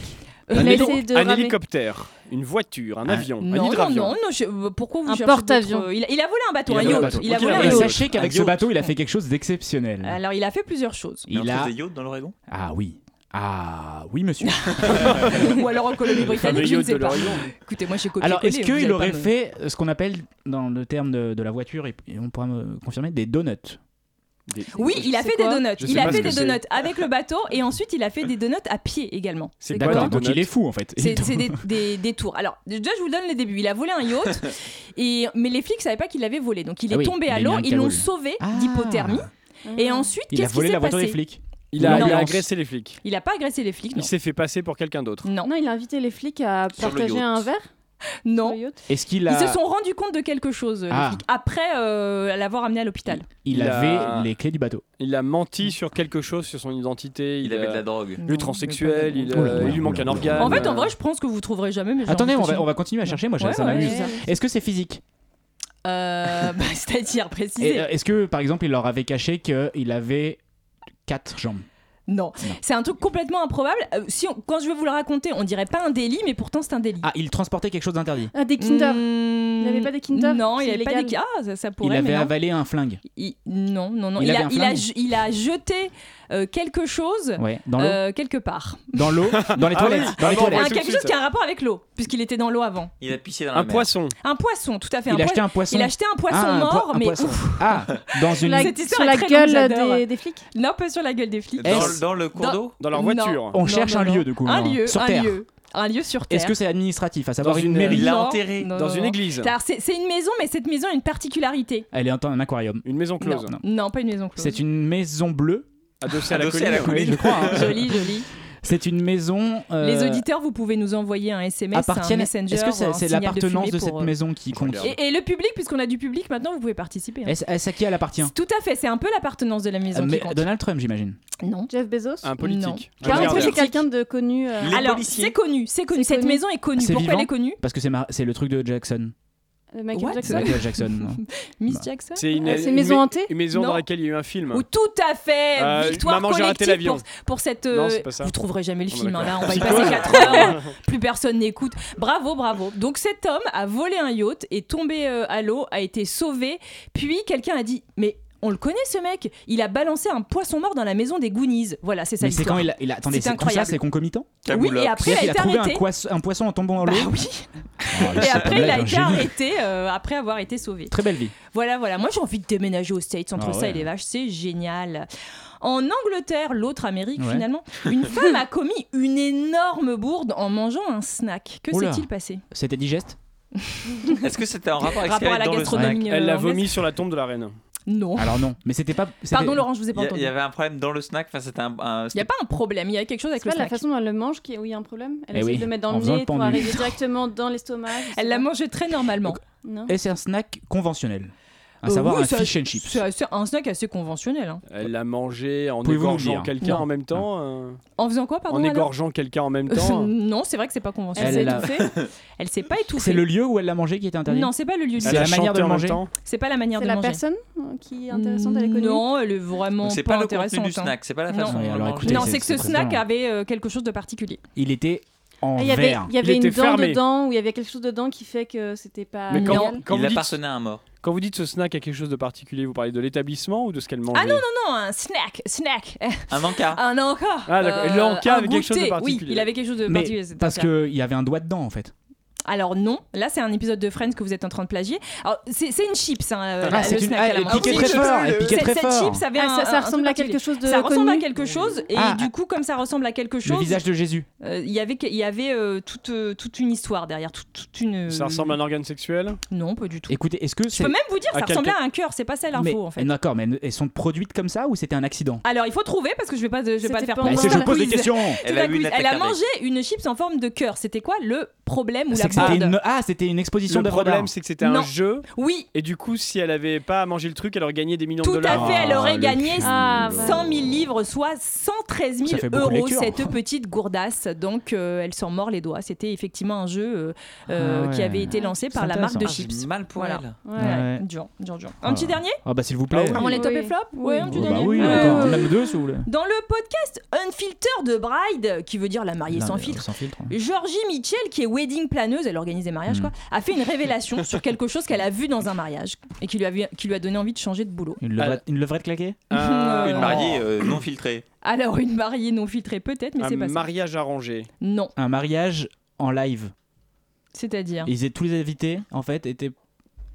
S11: Un,
S9: Il a
S11: héli-
S9: essayé de
S11: un
S9: ramer.
S11: hélicoptère, une voiture, un
S6: Un-
S11: avion, un
S1: Non, non,
S11: hydravion.
S1: non, non, je- euh, pourquoi vous
S9: Un
S1: cherchez d'autres-
S9: porte-avions.
S1: il, a- il a volé un bateau, un
S6: volé un
S1: yacht.
S6: bateau.
S1: Il a
S6: Ok,
S1: volé un Ah.
S6: Et
S1: yacht.
S6: sachez qu'avec
S11: Un
S6: ce
S11: yacht.
S6: bateau, il a fait quelque chose d'exceptionnel.
S1: Alors, il a fait plusieurs choses.
S6: Il a
S10: Des yachts dans l'Oregon
S6: Ah oui. Ah oui, monsieur.
S1: Ou alors en
S6: Le
S1: Colombie-Britannique,
S6: fameux
S1: je ne
S6: yacht
S1: sais
S6: de
S1: pas.
S6: l'Oregon.
S1: Écoutez, moi j'ai copié
S6: Alors, est-ce qu'il aurait fait ce qu'on appelle, dans le terme de, de la voiture, et, et on pourra me confirmer, des donuts
S1: Oui, il a
S9: C'est
S1: fait des
S9: quoi
S1: donuts.
S6: Je sais
S1: Il a
S6: pas
S1: fait
S6: ce
S1: des
S6: que c'est.
S1: donuts avec le bateau et ensuite il a fait des donuts à pied également.
S6: D'accord,
S1: quoi
S6: donc il est fou en fait.
S1: C'est c'est des, des- des tours. Alors, déjà, je vous donne les débuts. Il a volé un yacht, et, mais les flics savaient pas qu'il l'avait volé. Donc, il est
S6: Ah oui,
S1: tombé
S6: il a
S1: à
S6: mis
S1: l'eau,
S6: un
S1: ils l'ont
S6: cagoule.
S1: sauvé d'hypothermie. Et ensuite,
S6: Il a
S1: qu'est-ce qui
S6: volé
S1: s'est
S6: la voiture
S1: passé
S6: des flics.
S11: Il a,
S1: Non.
S11: il a agressé les flics.
S1: Il a pas agressé les flics, non.
S11: Il s'est fait passer pour quelqu'un d'autre.
S1: Non.
S9: il a invité les flics à
S11: Sur le
S9: partager
S11: yacht.
S9: un verre
S1: Non.
S6: Est-ce qu'il
S1: Ils
S6: a.
S1: se sont rendus compte de quelque chose, les
S6: Ah.
S1: flics, après euh, l'avoir amené à l'hôpital.
S6: Il,
S11: Il
S6: avait
S11: a-
S6: les clés du bateau.
S11: Il a menti sur quelque chose, sur son identité. Il,
S10: avait
S11: a-
S10: de la drogue.
S11: Le transsexuel, il, a-
S6: Oula,
S11: il lui manque un organe.
S1: En fait, en vrai, je pense que vous trouverez jamais. Mais j'ai
S6: Attendez,
S1: envie de
S6: on va,
S1: chercher.
S6: on va continuer à chercher, moi
S1: Ouais,
S6: ça
S1: ouais,
S6: m'amuse.
S1: ouais.
S6: Est-ce que c'est physique
S1: Euh, bah, C'est-à-dire
S6: Et,
S1: préciser.
S6: euh, Est-ce que par exemple il leur avait caché qu'il avait quatre jambes
S1: Non. C'est un truc complètement improbable. Euh, si on- quand je vais vous le raconter, on dirait pas un délit, mais pourtant c'est un délit.
S6: Ah, il transportait quelque chose d'interdit.
S9: Ah, des Kinder.
S1: Il n'avait pas des Kinder Non, il
S9: C'est
S1: n'avait pas
S9: illégal.
S1: des Kinder. Ah, ça, ça
S6: Il
S1: pourrait, mais
S6: avait
S1: non.
S6: avalé un flingue.
S1: Il- Non, non, non.
S6: Il
S1: Il,
S6: avait
S1: a,
S6: un
S1: il, a,
S6: flingue
S1: je- il a jeté euh, quelque chose
S6: Ouais, dans l'eau
S1: euh, quelque part.
S6: Dans l'eau, dans les
S1: Ah
S6: toilettes.
S1: oui.
S6: dans les
S1: Un-
S6: toilettes.
S1: quelque chose qui a un rapport avec l'eau, puisqu'il était dans l'eau avant.
S10: Il a pissé dans
S6: la Un mer. poisson.
S1: Un poisson, tout à fait.
S6: Il a
S1: poi-
S6: acheté un poisson.
S1: Il a acheté un poisson
S6: Ah, un po-
S1: mort,
S6: un
S1: mais
S6: poisson.
S1: ouf.
S6: Ah, dans une.
S1: Cette histoire
S9: sur la
S1: est très longue,
S9: gueule
S1: j'adore.
S9: des- des flics
S1: Non, pas sur la gueule des flics.
S10: Dans- Est-ce- dans le cours d'eau
S11: Dans leur
S1: Non.
S11: voiture.
S6: On
S1: Non,
S6: cherche
S1: non,
S6: un
S1: non.
S6: lieu, du coup,
S1: Un
S6: maintenant.
S1: lieu, hein,
S6: Sur
S1: un
S6: Terre.
S1: lieu. Un lieu sur Terre.
S6: Est-ce que c'est administratif, à savoir
S11: Dans
S6: une,
S11: une-
S6: mairie
S11: Il l'a
S1: Non,
S11: enterré.
S1: non,
S11: Dans
S1: non,
S11: une
S1: non.
S11: église.
S1: Alors, C'est c'est une maison, mais cette maison a une particularité.
S6: Elle est en un aquarium.
S11: Une maison
S1: Non,
S6: Non.
S1: non, pas une maison close.
S6: C'est une maison bleue.
S11: Adossée à la
S6: Adossée
S11: colline.
S6: je crois. hein.
S1: Joli, joli.
S6: C'est une maison. euh,
S1: Les auditeurs, vous pouvez nous envoyer un SMS, un
S6: appartiennent-
S1: messenger.
S6: Est-ce que
S1: ou un
S6: c'est c'est
S1: signal
S6: l'appartenance
S1: fumée
S6: de, cette
S1: pour, euh,
S6: maison qui compte
S1: Et, et le public, puisqu'on a du public maintenant, vous pouvez participer. hein.
S6: Est-ce est-ce à qui elle appartient
S1: Tout à fait, c'est un peu l'appartenance de la maison
S6: Eh, Euh,
S1: qui
S6: mais
S1: compte.
S6: Donald Trump, j'imagine.
S1: Non.
S9: Jeff Bezos
S6: Un politique.
S1: Non. Pas
S6: Un
S1: un
S6: milliardaire.
S1: politique.
S9: C'est quelqu'un de connu. euh,
S1: Alors, c'est connu, c'est connu. Cette maison est connue.
S6: C'est
S1: Pourquoi
S6: vivant
S1: elle est connue
S6: Parce que c'est mar- c'est le truc de Jackson.
S9: euh, Michael
S1: What
S9: Jackson.
S6: C'est Michael Jackson. non. Bah,
S1: Miss Jackson Euh,
S11: C'est une,
S9: C'est une maison
S11: ma-
S9: hantée
S11: Une maison
S1: Non.
S11: dans laquelle il y a eu un film.
S1: Ou tout à fait
S11: Euh,
S1: victoire
S11: Maman, j'ai raté
S1: collective
S11: l'avion.
S1: pour, pour cette.
S11: Non,
S1: euh,
S11: c'est pas ça.
S1: Vous trouverez jamais le
S11: Oh,
S1: film. hein, là,
S11: d'accord.
S1: on va y passer 4 heures. Plus personne n'écoute. Bravo, bravo. Donc cet homme a volé un yacht est tombé euh, à l'eau, a été sauvé. Puis quelqu'un a dit mais. On le connaît ce mec, il a balancé un poisson mort dans la maison des Goonies. Voilà, c'est ça
S6: Mais c'est
S1: l'histoire.
S6: quand il a, il a- attendez,
S1: C'est
S6: c'est tout ça,
S1: incroyable.
S6: c'est concomitant.
S1: Oui, et après,
S6: C'est-à-dire
S1: il a
S6: qu'il
S1: été
S6: trouvé un,
S1: arrêté.
S6: poisson- un poisson en tombant dans l'eau. Oh,
S1: Bah Et
S6: c'est
S1: après,
S6: un
S1: il a
S6: mec,
S1: été
S6: un génie.
S1: arrêté euh, après avoir été sauvé.
S6: Très belle vie.
S1: Voilà, voilà. Moi, j'ai envie de déménager aux States entre
S6: Ah
S1: ça
S6: ouais.
S1: et les vaches. C'est génial. En Angleterre, l'autre Amérique
S6: Ouais.
S1: finalement, une femme a commis une énorme bourde en mangeant un snack. Que
S6: Oula.
S1: s'est-il passé
S6: C'était digeste
S10: Est-ce que c'était en rapport avec ce
S1: Rapport
S10: qu'il y
S1: à
S10: avait
S1: la
S10: dans le
S1: gastronomie,
S10: snack
S1: euh,
S11: Elle l'a
S1: anglaise.
S11: vomi sur la tombe de la reine.
S1: Non.
S6: Alors non, mais c'était pas. c'était-
S1: Pardon, Laurent, je vous ai pas
S10: Il y a-
S1: entendu.
S10: Il y avait un problème dans le snack. Enfin, c'était un. un-
S1: Il n'y a pas un problème, il y a quelque chose avec
S9: C'est
S1: le
S9: pas la
S1: snack.
S9: façon dont elle le mange qui est où il y a un problème Elle
S6: Eh
S9: essaie
S6: oui,
S9: de le mettre dans
S6: en
S9: le
S6: faisant
S9: nez
S6: le
S9: pour
S6: pendu.
S9: arriver directement dans l'estomac. je sais
S1: Elle
S9: pas.
S1: l'a mangé très normalement.
S9: Non.
S6: Et c'est un snack conventionnel. À
S1: Hein Euh,
S6: savoir
S1: oui,
S6: un
S1: c'est-
S6: fish and chips.
S1: C'est c'est un snack assez conventionnel. hein.
S11: Elle l'a mangé en
S6: Pouvez-vous nous
S11: égorgeant
S6: dire
S11: quelqu'un
S6: Non.
S11: en même temps. euh,
S1: En faisant quoi, pardon
S11: En
S1: alors
S11: égorgeant quelqu'un en même temps.
S1: Non, c'est vrai que c'est pas conventionnel.
S6: Elle l'a-
S1: Elle s'est pas étouffée.
S6: C'est le lieu où elle l'a mangé qui était interdit
S1: Non, c'est pas le lieu. de
S6: C'est
S1: vie.
S6: la Elle a manière de chanté en le même manger. temps
S1: C'est pas la manière
S9: C'est
S1: de
S9: la
S1: manger.
S9: personne euh, qui est intéressante, elle est connue.
S1: Non, elle est vraiment
S10: Donc, c'est
S1: pas,
S10: pas le contenu
S1: intéressante. hein.
S10: du snack, c'est pas la façon
S1: Non,
S10: dont on
S6: alors,
S10: mange.
S6: écoutez,
S1: Non, c'est que ce
S6: très
S1: snack
S6: violent.
S1: avait euh, quelque chose de particulier.
S6: Il était en
S9: Ah, Il y avait,
S6: verre.
S9: il y avait
S11: Il
S9: une
S11: était
S9: dent
S11: fermé.
S9: dedans ou il y avait quelque chose dedans qui fait que c'était pas.
S11: Ah, Mais quand-
S9: légal.
S11: quand vous
S10: Il
S11: dites-
S10: appartenait à un mort.
S11: Quand vous dites ce snack a quelque chose de particulier, vous parlez de l'établissement ou de ce qu'elle mangeait
S1: Ah non, non, non, un snack, snack.
S10: Un encas.
S1: Un encas.
S11: Ah, d'accord. Et le encas
S1: un
S11: avait quelque chose de
S1: goûter.
S11: particulier.
S1: euh, Oui, il avait quelque chose de
S6: Mais
S1: particulier. cet
S6: parce
S1: encas.
S6: qu'il y avait un doigt dedans en fait.
S1: Alors non, là c'est un épisode de Friends que vous êtes en train de plagier. Alors c'est c'est une chips, hein, euh,
S6: Ah,
S1: le
S6: c'est une-
S1: snack
S6: ah,
S1: à la
S6: elle
S1: main.
S6: piquait très fort, elle piquait
S1: Cette-
S6: très
S1: cette
S6: fort.
S1: chips avait
S9: Ah, ça-
S1: un-
S9: ça
S1: un- un
S9: ressemble
S1: truc
S9: à quelque chose de
S1: Ça ressemble à
S9: connu.
S1: quelque chose et
S6: Ah,
S1: du coup comme ça ressemble à quelque chose.
S6: Le visage de Jésus.
S1: euh, Il y avait, il y avait euh, toute, euh, toute une histoire derrière, toute, toute une.
S11: Ça ressemble à un organe sexuel
S1: Non, pas du tout.
S6: Écoutez, est-ce que
S1: Euh, Je
S6: c'est.
S1: peux même vous dire,
S6: à
S1: ça
S6: quel
S1: ressemblait
S6: cas-
S1: à un cœur. C'est pas ça
S6: Mais-
S1: l'info en fait.
S6: D'accord, mais elles- elles sont produites comme ça ou c'était un accident
S1: Alors, il faut trouver parce que je vais pas, je vais pas te
S9: C'était
S1: faire
S9: pas Eh ben
S1: perdre
S6: Bah, c'est-
S1: ton
S6: je pose des
S1: quiz.
S6: questions.
S1: Tout
S10: Elle a
S1: un
S10: eu
S1: quiz.
S10: une attaque
S1: Elle a
S10: cardiaque.
S1: mangé une chips en forme de cœur. C'était quoi le problème ou
S6: C'est
S1: la
S6: que c'était
S1: bourde
S6: une... Ah, c'était une exposition
S11: Le
S6: d'œuvres d'art.
S11: problème, c'est que c'était un
S1: Non.
S11: jeu.
S1: Oui,
S11: Et du coup, si elle avait pas mangé le truc, elle aurait gagné des millions de
S1: tout
S11: dollars.
S1: à fait. Elle
S6: Ah,
S1: aurait
S6: le Ah.
S1: gagné
S6: culot.
S1: 100 000 livres, soit 113
S6: Ça
S1: 000
S6: fait beaucoup de
S1: euros,
S6: lecture.
S1: cette petite gourdasse. Donc, euh, elle s'en mord les doigts. C'était effectivement un jeu euh,
S6: Ah ouais.
S1: qui avait été lancé par la marque de
S10: Ah, j'ai
S1: chips.
S10: mal pour
S1: Voilà.
S10: elle.
S9: Ouais.
S1: Ouais, Dur, dur, dur. Un petit dernier
S6: Ah bah s'il vous plaît.
S11: Ah oui.
S1: On les top et flop Ouais, un
S6: Oh,
S1: petit
S6: bah
S1: dernier Euh,
S6: oui,
S1: Ouais,
S6: encore.
S1: ouais, ouais.
S6: Même deux, si vous voulez.
S1: Dans le podcast Unfilter de Bride, qui veut dire la mariée
S6: Non,
S1: sans
S6: mais, hein.
S1: filtre,
S6: Sans filtre.
S1: Georgie Mitchell, qui est wedding planeuse, elle organise des mariages,
S6: Mm.
S1: quoi, a fait une révélation sur quelque chose qu'elle a vu dans un mariage et qui lui a, vu- qui lui a donné envie de changer de boulot.
S6: Une levrette, une levrette claquée
S11: Un-
S10: Euh, Une mariée euh, non filtrée.
S1: Alors, une mariée non filtrée, peut-être, mais
S11: un
S1: c'est pas ça.
S11: mariage arrangé.
S1: Non,
S6: Un mariage en live.
S1: c'est-à-dire.
S6: Ils étaient tous les invités en fait étaient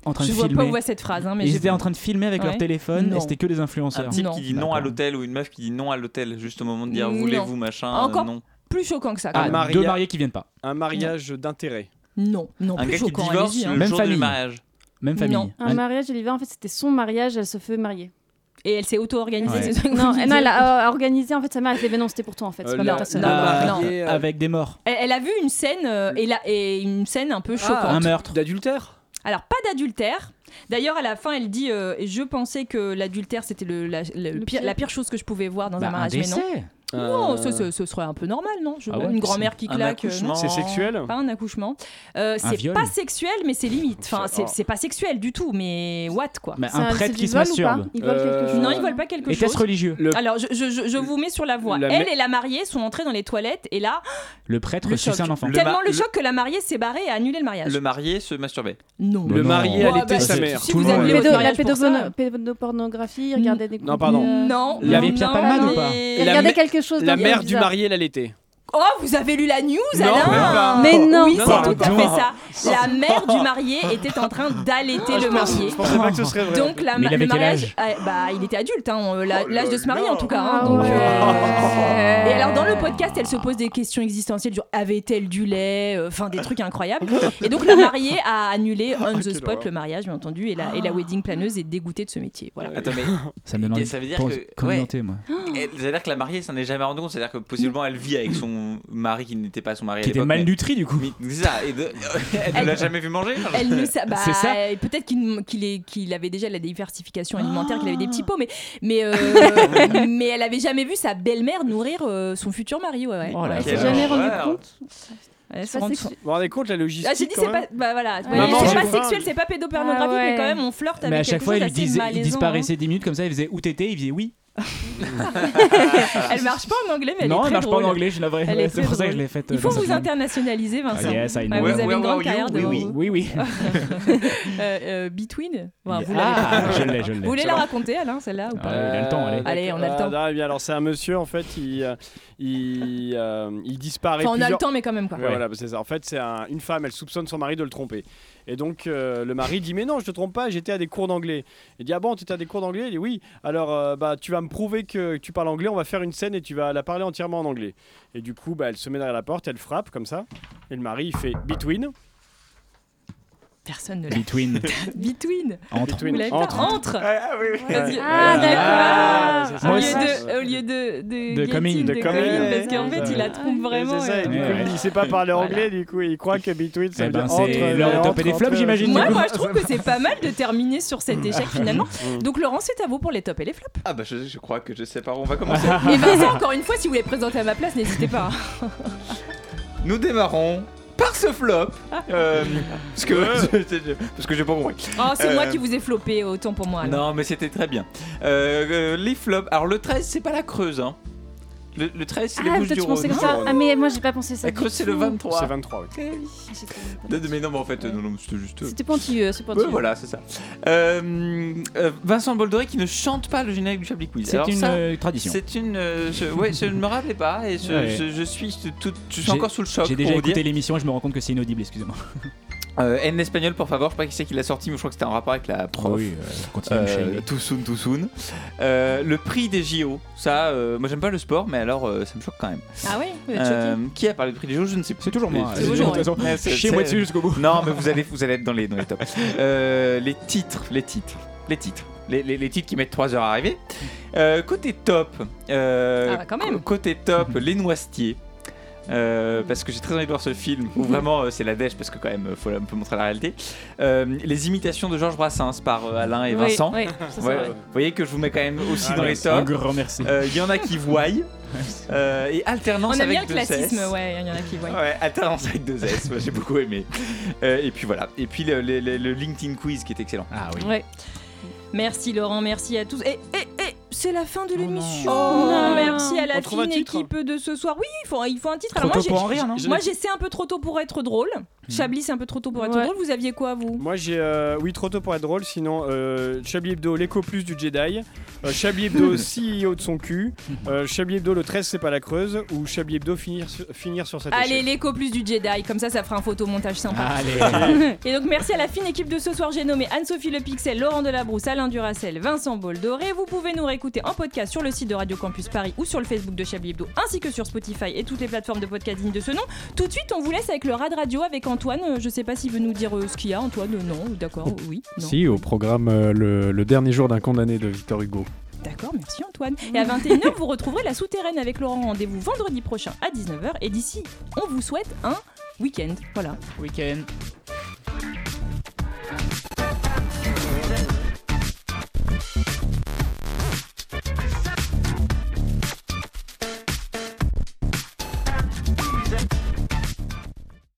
S6: en train
S1: Je
S6: de
S1: vois pas
S6: filmer.
S1: où va cette phrase, hein, mais
S6: Ils
S1: j'ai-
S6: étaient en train de filmer avec leur
S1: Ouais.
S6: téléphone
S1: Non.
S6: et c'était que des
S10: Un
S6: influenceurs.
S10: type
S1: Non.
S10: qui dit non
S6: D'accord.
S10: à l'hôtel ou une meuf qui dit non à l'hôtel juste au moment de dire
S1: Non. Ah,
S10: voulez-vous machin. euh,
S1: Encore
S10: non.
S1: plus choquant que ça. quand
S6: Ah,
S11: Un
S1: même.
S11: mariage-
S6: deux mariés qui viennent pas.
S11: Un mariage d'intérêt.
S1: Non, non,
S10: Un
S1: plus
S10: gars qui
S1: choquant.
S10: divorce
S1: allez-y, hein.
S10: le
S6: Même
S10: jour
S6: famille.
S10: du mariage.
S6: Même famille.
S1: Non. Ah,
S9: Un mariage, elle y va, en fait, c'était son mariage, elle se fait marier.
S1: Et elle s'est auto-organisée.
S6: Ouais.
S1: c'est ça que
S9: Non,
S1: vous
S9: elle-
S1: dites.
S9: non, elle a euh, organisé, en fait, sa mère, elle fait, mais non, c'était pour toi, en fait,
S11: Euh,
S9: c'est pas
S11: la-
S9: pour toi seule.
S1: la-
S6: Ah,
S1: non.
S11: mariée, euh,
S6: Avec des morts.
S1: Elle, elle a vu une scène euh, et, la- et une scène un peu
S10: Ah.
S1: choquante.
S6: Un meurtre.
S11: D'adultère
S1: Alors, pas d'adultère. D'ailleurs, à la fin, elle dit euh, Je pensais que l'adultère, c'était le, la,
S9: Le
S1: le pire-
S9: pire.
S1: la pire chose que je pouvais voir dans
S6: Bah,
S1: un
S6: un
S1: mariage, mais non.
S6: décès.
S1: Non, ce, ce- ce serait un peu normal, non Je-
S11: Ah ouais
S1: Une grand-mère qui
S11: Un
S1: claque. euh, non.
S11: accouchement. C'est sexuel
S1: Pas un accouchement. Euh,
S11: Un
S1: c'est
S11: viol
S1: pas sexuel, mais c'est limite. Enfin, c'est
S6: Oh.
S1: c'est pas sexuel du tout, mais what quoi. Euh,
S6: Mais un C'est un- prêtre c'est qui du se vol ou masturbe. pas Ils volent quelque chose
S1: Non, ils volent pas quelque
S6: Et
S1: chose.
S6: test religieux. Le-
S1: Alors, je, je- je- je vous mets sur la voie.
S6: La
S1: Elle
S6: mé-
S1: et la mariée sont entrées dans les toilettes et là,
S6: Le prêtre
S1: le
S6: suce
S1: choc.
S6: un enfant.
S1: Tellement le, choc que la mariée s'est barrée et a annulé le mariage.
S10: Le marié se masturbait.
S1: Non.
S10: Le
S11: marié
S1: allaitait bah, sa si- mère. si vous
S9: La,
S1: annulez
S9: pédo-
S1: votre mariage
S9: la pédopono- pédopornographie, regarder des
S11: Non, pardon.
S9: contenus, euh,
S1: Non.
S11: Il y avait Pierre Palmade
S9: non,
S11: ou pas
S9: mais-
S11: La
S9: Regardez
S11: mè-
S9: quelque chose
S11: La
S9: d'un
S11: mère
S9: peu
S11: du
S9: bizarre.
S11: marié, elle l'était.
S1: Oh, vous avez lu la news, Alain
S11: Non. Mais non.
S1: Oui, c'est
S11: Pardon.
S1: tout à fait ça. La mère du marié était en train d'allaiter le marié.
S11: Ah, je pensais pas que ce serait vrai. Oh
S1: Donc la,
S11: Mais il
S1: le
S11: avait quel
S1: mariage,
S11: âge
S1: euh, bah, il était adulte, hein, on- la- l'âge de se marier en tout cas.
S11: Oh
S1: hein, donc, euh, Et alors dans le podcast, elle se pose des questions existentielles, genre avait-elle du lait, Euh, enfin des trucs incroyables. Et donc la mariée a annulé
S11: Ah,
S1: on the spot le mariage, bien entendu, et la, et la wedding planeuse est dégoûtée de ce métier. Voilà.
S10: Attends, mais
S6: Ça me donne
S10: et
S6: envie
S10: ça veut
S6: de
S10: dire
S6: pause-
S10: que.
S6: commenter, moi.
S10: Elle- C'est-à-dire que la mariée s'en est jamais rendue compte. C'est-à-dire que possiblement elle vit avec son mari qui n'était pas son mari. à
S6: Qui était
S10: l'époque, mais-
S6: malnutri du coup.
S10: mais c'est ça, et de- elle
S1: Elle-
S10: ne l'a jamais vu manger.
S1: Elle ne sa- bah,
S6: C'est ça.
S1: euh, Peut-être qu'il qu'il est- qu'il avait déjà la diversification alimentaire, qu'il avait des
S6: Ah.
S1: petits pots, mais mais euh, mais elle avait jamais vu sa belle-mère nourrir euh, son futur mari. Ouais, ouais.
S11: Oh la
S1: Ouais,
S11: vache. Jamais rendu
S1: Ouais.
S11: compte.
S10: hein.
S1: Elle s'est
S11: Vous
S1: rendue
S11: vous rendez compte la logistique
S1: Ah, j'ai dit
S11: quand
S1: c'est
S11: même
S1: pas bah voilà
S11: Ouais. Maman,
S1: c'est
S11: j'ai
S1: pas
S11: faim.
S1: sexuel c'est pas pédopornographique
S9: Ah ouais.
S1: mais quand même on flirte avec
S6: Mais à chaque
S1: quelque
S6: fois,
S1: chose
S6: il,
S1: d'assez
S6: disait, il
S1: malaisant,
S6: disparaissait 10 minutes comme ça, il faisait où t'étais Il faisait oui.
S1: hein. elle marche pas en anglais mais elle est
S6: non,
S1: très
S6: elle marche pas
S1: drôle.
S6: en anglais, je l'avais.
S1: Elle est très
S6: C'est pour ça que
S1: drôle.
S6: je l'ai faite.
S1: il faut
S6: dans sa
S1: vous
S6: semaine.
S1: internationaliser Vincent
S6: Ah, yes, I know.
S1: Ouais, vous
S6: Where-
S1: avez une
S6: where
S1: grande
S6: are you
S1: carrière
S6: Oui,
S1: devant
S6: oui.
S1: vous.
S6: Oui, oui.
S1: Euh, euh, between Enfin, vous
S6: Ah,
S1: l'avez pas.
S6: je l'ai, je l'ai.
S1: vous voulez
S6: C'est
S1: la
S6: bon.
S1: raconter Alain celle-là ou pas
S6: Ah, il a le temps, allez.
S1: allez on a le
S11: Ah,
S1: temps
S11: non, eh bien, alors c'est un monsieur en fait, il, euh, il, euh, il disparaît.
S1: Enfin, on a le
S11: plusieurs-
S1: temps, mais quand même, quoi.
S11: Ouais,
S1: Ouais.
S11: voilà, bah, c'est ça. En fait, c'est un- une femme, elle soupçonne son mari de le tromper. Et donc euh, le mari dit mais non, je te trompe pas, j'étais à des cours d'anglais. Il dit ah bon, tu étais à des cours d'anglais Il dit oui. Alors euh, bah tu vas me prouver que tu parles anglais, on va faire une scène et tu vas la parler entièrement en anglais. Et du coup bah elle se met derrière la porte, elle frappe comme ça. Et le mari il fait between.
S1: personne ne l'a
S6: Between.
S1: Between.
S6: Entre.
S1: Vous l'avez pas
S6: Entre. Ah,
S1: Entre. Vas-y.
S6: Ouais.
S1: Ah,
S6: Ah,
S1: d'accord.
S6: c'est
S1: au,
S6: ça.
S1: lieu de, au lieu de de,
S6: De coming.
S1: de
S6: De
S1: coming,
S6: coming.
S1: parce qu'en fait, il la trompe vraiment. euh.
S11: C'est ça, et du
S6: Ouais,
S11: coup,
S6: ouais.
S11: il sait pas parler anglais, du coup, il croit que between ça
S6: Eh
S11: veut
S6: ben,
S11: dire
S6: c'est
S11: entre.
S6: l'heure de
S11: entre,
S6: taper des
S11: entre. euh,
S6: flops, j'imagine, du
S1: Moi,
S6: coup.
S1: moi, je trouve que c'est pas mal de terminer sur cet échec finalement.
S10: Mm.
S1: Donc, Laurent, c'est à vous pour les tops et les flops.
S10: Ah bah je, je crois que je sais par où on va commencer.
S1: Mais Vincent, encore une fois, si vous voulez présenter à ma place, n'hésitez pas. Oh,
S10: Nous démarrons par ce flop. euh, parce, que, parce que j'ai pas compris.
S1: Oh, c'est moi
S10: Euh,
S1: qui vous ai flopé, autant pour moi. alors.
S10: Non, mais c'était très bien. Euh, euh, les flops. Alors, le 13, c'est pas la Creuse, hein. Le, le 13, c'est les
S9: Ah,
S10: Bouches
S9: peut-être
S10: du
S9: je pensais
S10: Rhône.
S9: comme ça. Ah, mais moi, j'ai pas pensé ça. Ah,
S10: La Creuse, c'est le 23.
S11: C'est 23, oui.
S10: Non, mais non, mais en fait, euh, non, non, c'était juste.
S9: C'était pointilleux, c'est
S10: Ouais,
S9: pointilleux.
S10: voilà, c'est ça. Euh, euh, Vincent Boldoré qui ne chante pas le générique du Chablis Quiz.
S6: C'est
S10: Alors
S6: une,
S10: ça,
S6: euh, tradition.
S10: C'est une. euh, je, ouais, je ne me rappelais pas et je,
S6: Ouais.
S10: je- je suis tout, je suis
S6: J'ai-
S10: encore sous le choc.
S6: J'ai
S10: pour
S6: déjà
S10: vous
S6: écouté
S10: dire.
S6: l'émission et je me rends compte que c'est inaudible, excusez-moi.
S10: Euh, en espagnol, pour favor, je sais pas qui c'est qui l'a sorti, mais je crois que c'était en rapport avec la prof.
S6: oui, euh, continue, Michel.
S10: Too soon, too soon. Euh, le prix des JO, ça, euh, moi j'aime pas le sport, mais alors euh, ça me choque quand même.
S1: Ah oui, vous êtes
S10: Euh, qui a parlé du prix des JO Je ne sais plus. C'est toujours
S6: moi, c'est toujours moi, de toute façon. Chiez-moi dessus jusqu'au
S10: bout. Non, mais vous allez, vous allez être dans les, dans les tops. Euh, les titres, les titres, les titres. Les, les- les titres qui mettent 3 heures à arriver. Euh, côté top, euh,
S1: Ah bah, quand même.
S10: co- côté top,
S6: Mhm.
S10: les noisetiers. Euh, parce que j'ai très envie de voir ce film où vraiment euh, c'est la dèche parce que quand même euh, faut un peu montrer la réalité. Euh, les imitations de Georges Brassens par euh, Alain et
S6: Oui,
S10: Vincent.
S6: oui, ça, c'est
S10: Ouais,
S6: vrai.
S10: vous voyez que je vous mets quand même aussi
S6: Ah,
S10: dans les
S6: merci.
S10: tops.
S6: Un grand merci.
S10: Euh, Il y en a qui voient euh, et alternance
S1: On aime
S10: avec
S1: bien le
S10: deux S.
S1: classisme, ouais, il y en a qui voient.
S10: Ouais, alternance avec deux S, moi, j'ai beaucoup aimé. Euh, et puis voilà. Et puis le, le- le- le LinkedIn quiz qui est excellent.
S6: Ah
S1: Ouais. Merci Laurent, merci à tous. Et, et, et c'est la fin de l'émission.
S7: Oh non.
S1: merci à la
S7: On trouve un
S1: fine
S7: titre
S1: équipe de ce soir. Oui, il faut, il faut un titre.
S11: Trop
S1: moi,
S11: tôt pour en
S1: j'ai-
S11: rire, non Hmm.
S1: moi, j'ai- c'est un peu trop tôt pour être drôle. Chablis, c'est un peu trop tôt pour être
S11: Ouais.
S1: drôle. Vous aviez quoi, vous
S11: Moi j'ai euh, oui trop tôt pour être drôle sinon euh, Chablis Hebdo l'écho plus du Jedi euh, Chablis Hebdo CEO de son cul euh, Chablis Hebdo le 13 c'est pas la creuse ou Chablis Hebdo finir sur, finir sur cette
S1: Allez,
S11: échelle.
S1: l'écho plus du Jedi, comme ça, ça fera un photomontage sympa.
S11: Allez.
S1: Et donc, merci à la fine équipe de ce soir. J'ai nommé Anne-Sophie Le Pixel, Laurent Delabrousse, Alain Duracel, Vincent Boldoré. Vous pouvez nous réécouter en podcast sur le site de Radio Campus Paris ou sur le Facebook de Chablis Hebdo, ainsi que sur Spotify et toutes les plateformes de podcast dignes de ce nom. Tout de suite, on vous laisse avec le Rad Radio avec Antoine. Euh, Je sais pas s'il veut nous dire euh, ce qu'il y a, Antoine. euh, Non, d'accord, euh, oui, non.
S16: Si, au programme euh, le, le dernier jour d'un condamné de Victor Hugo.
S1: D'accord, merci Antoine. Et à 21h, vous retrouverez la souterraine avec Laurent. Rendez-vous vendredi prochain à 19h. Et d'ici, on vous souhaite un week-end. Voilà.
S6: Week-end.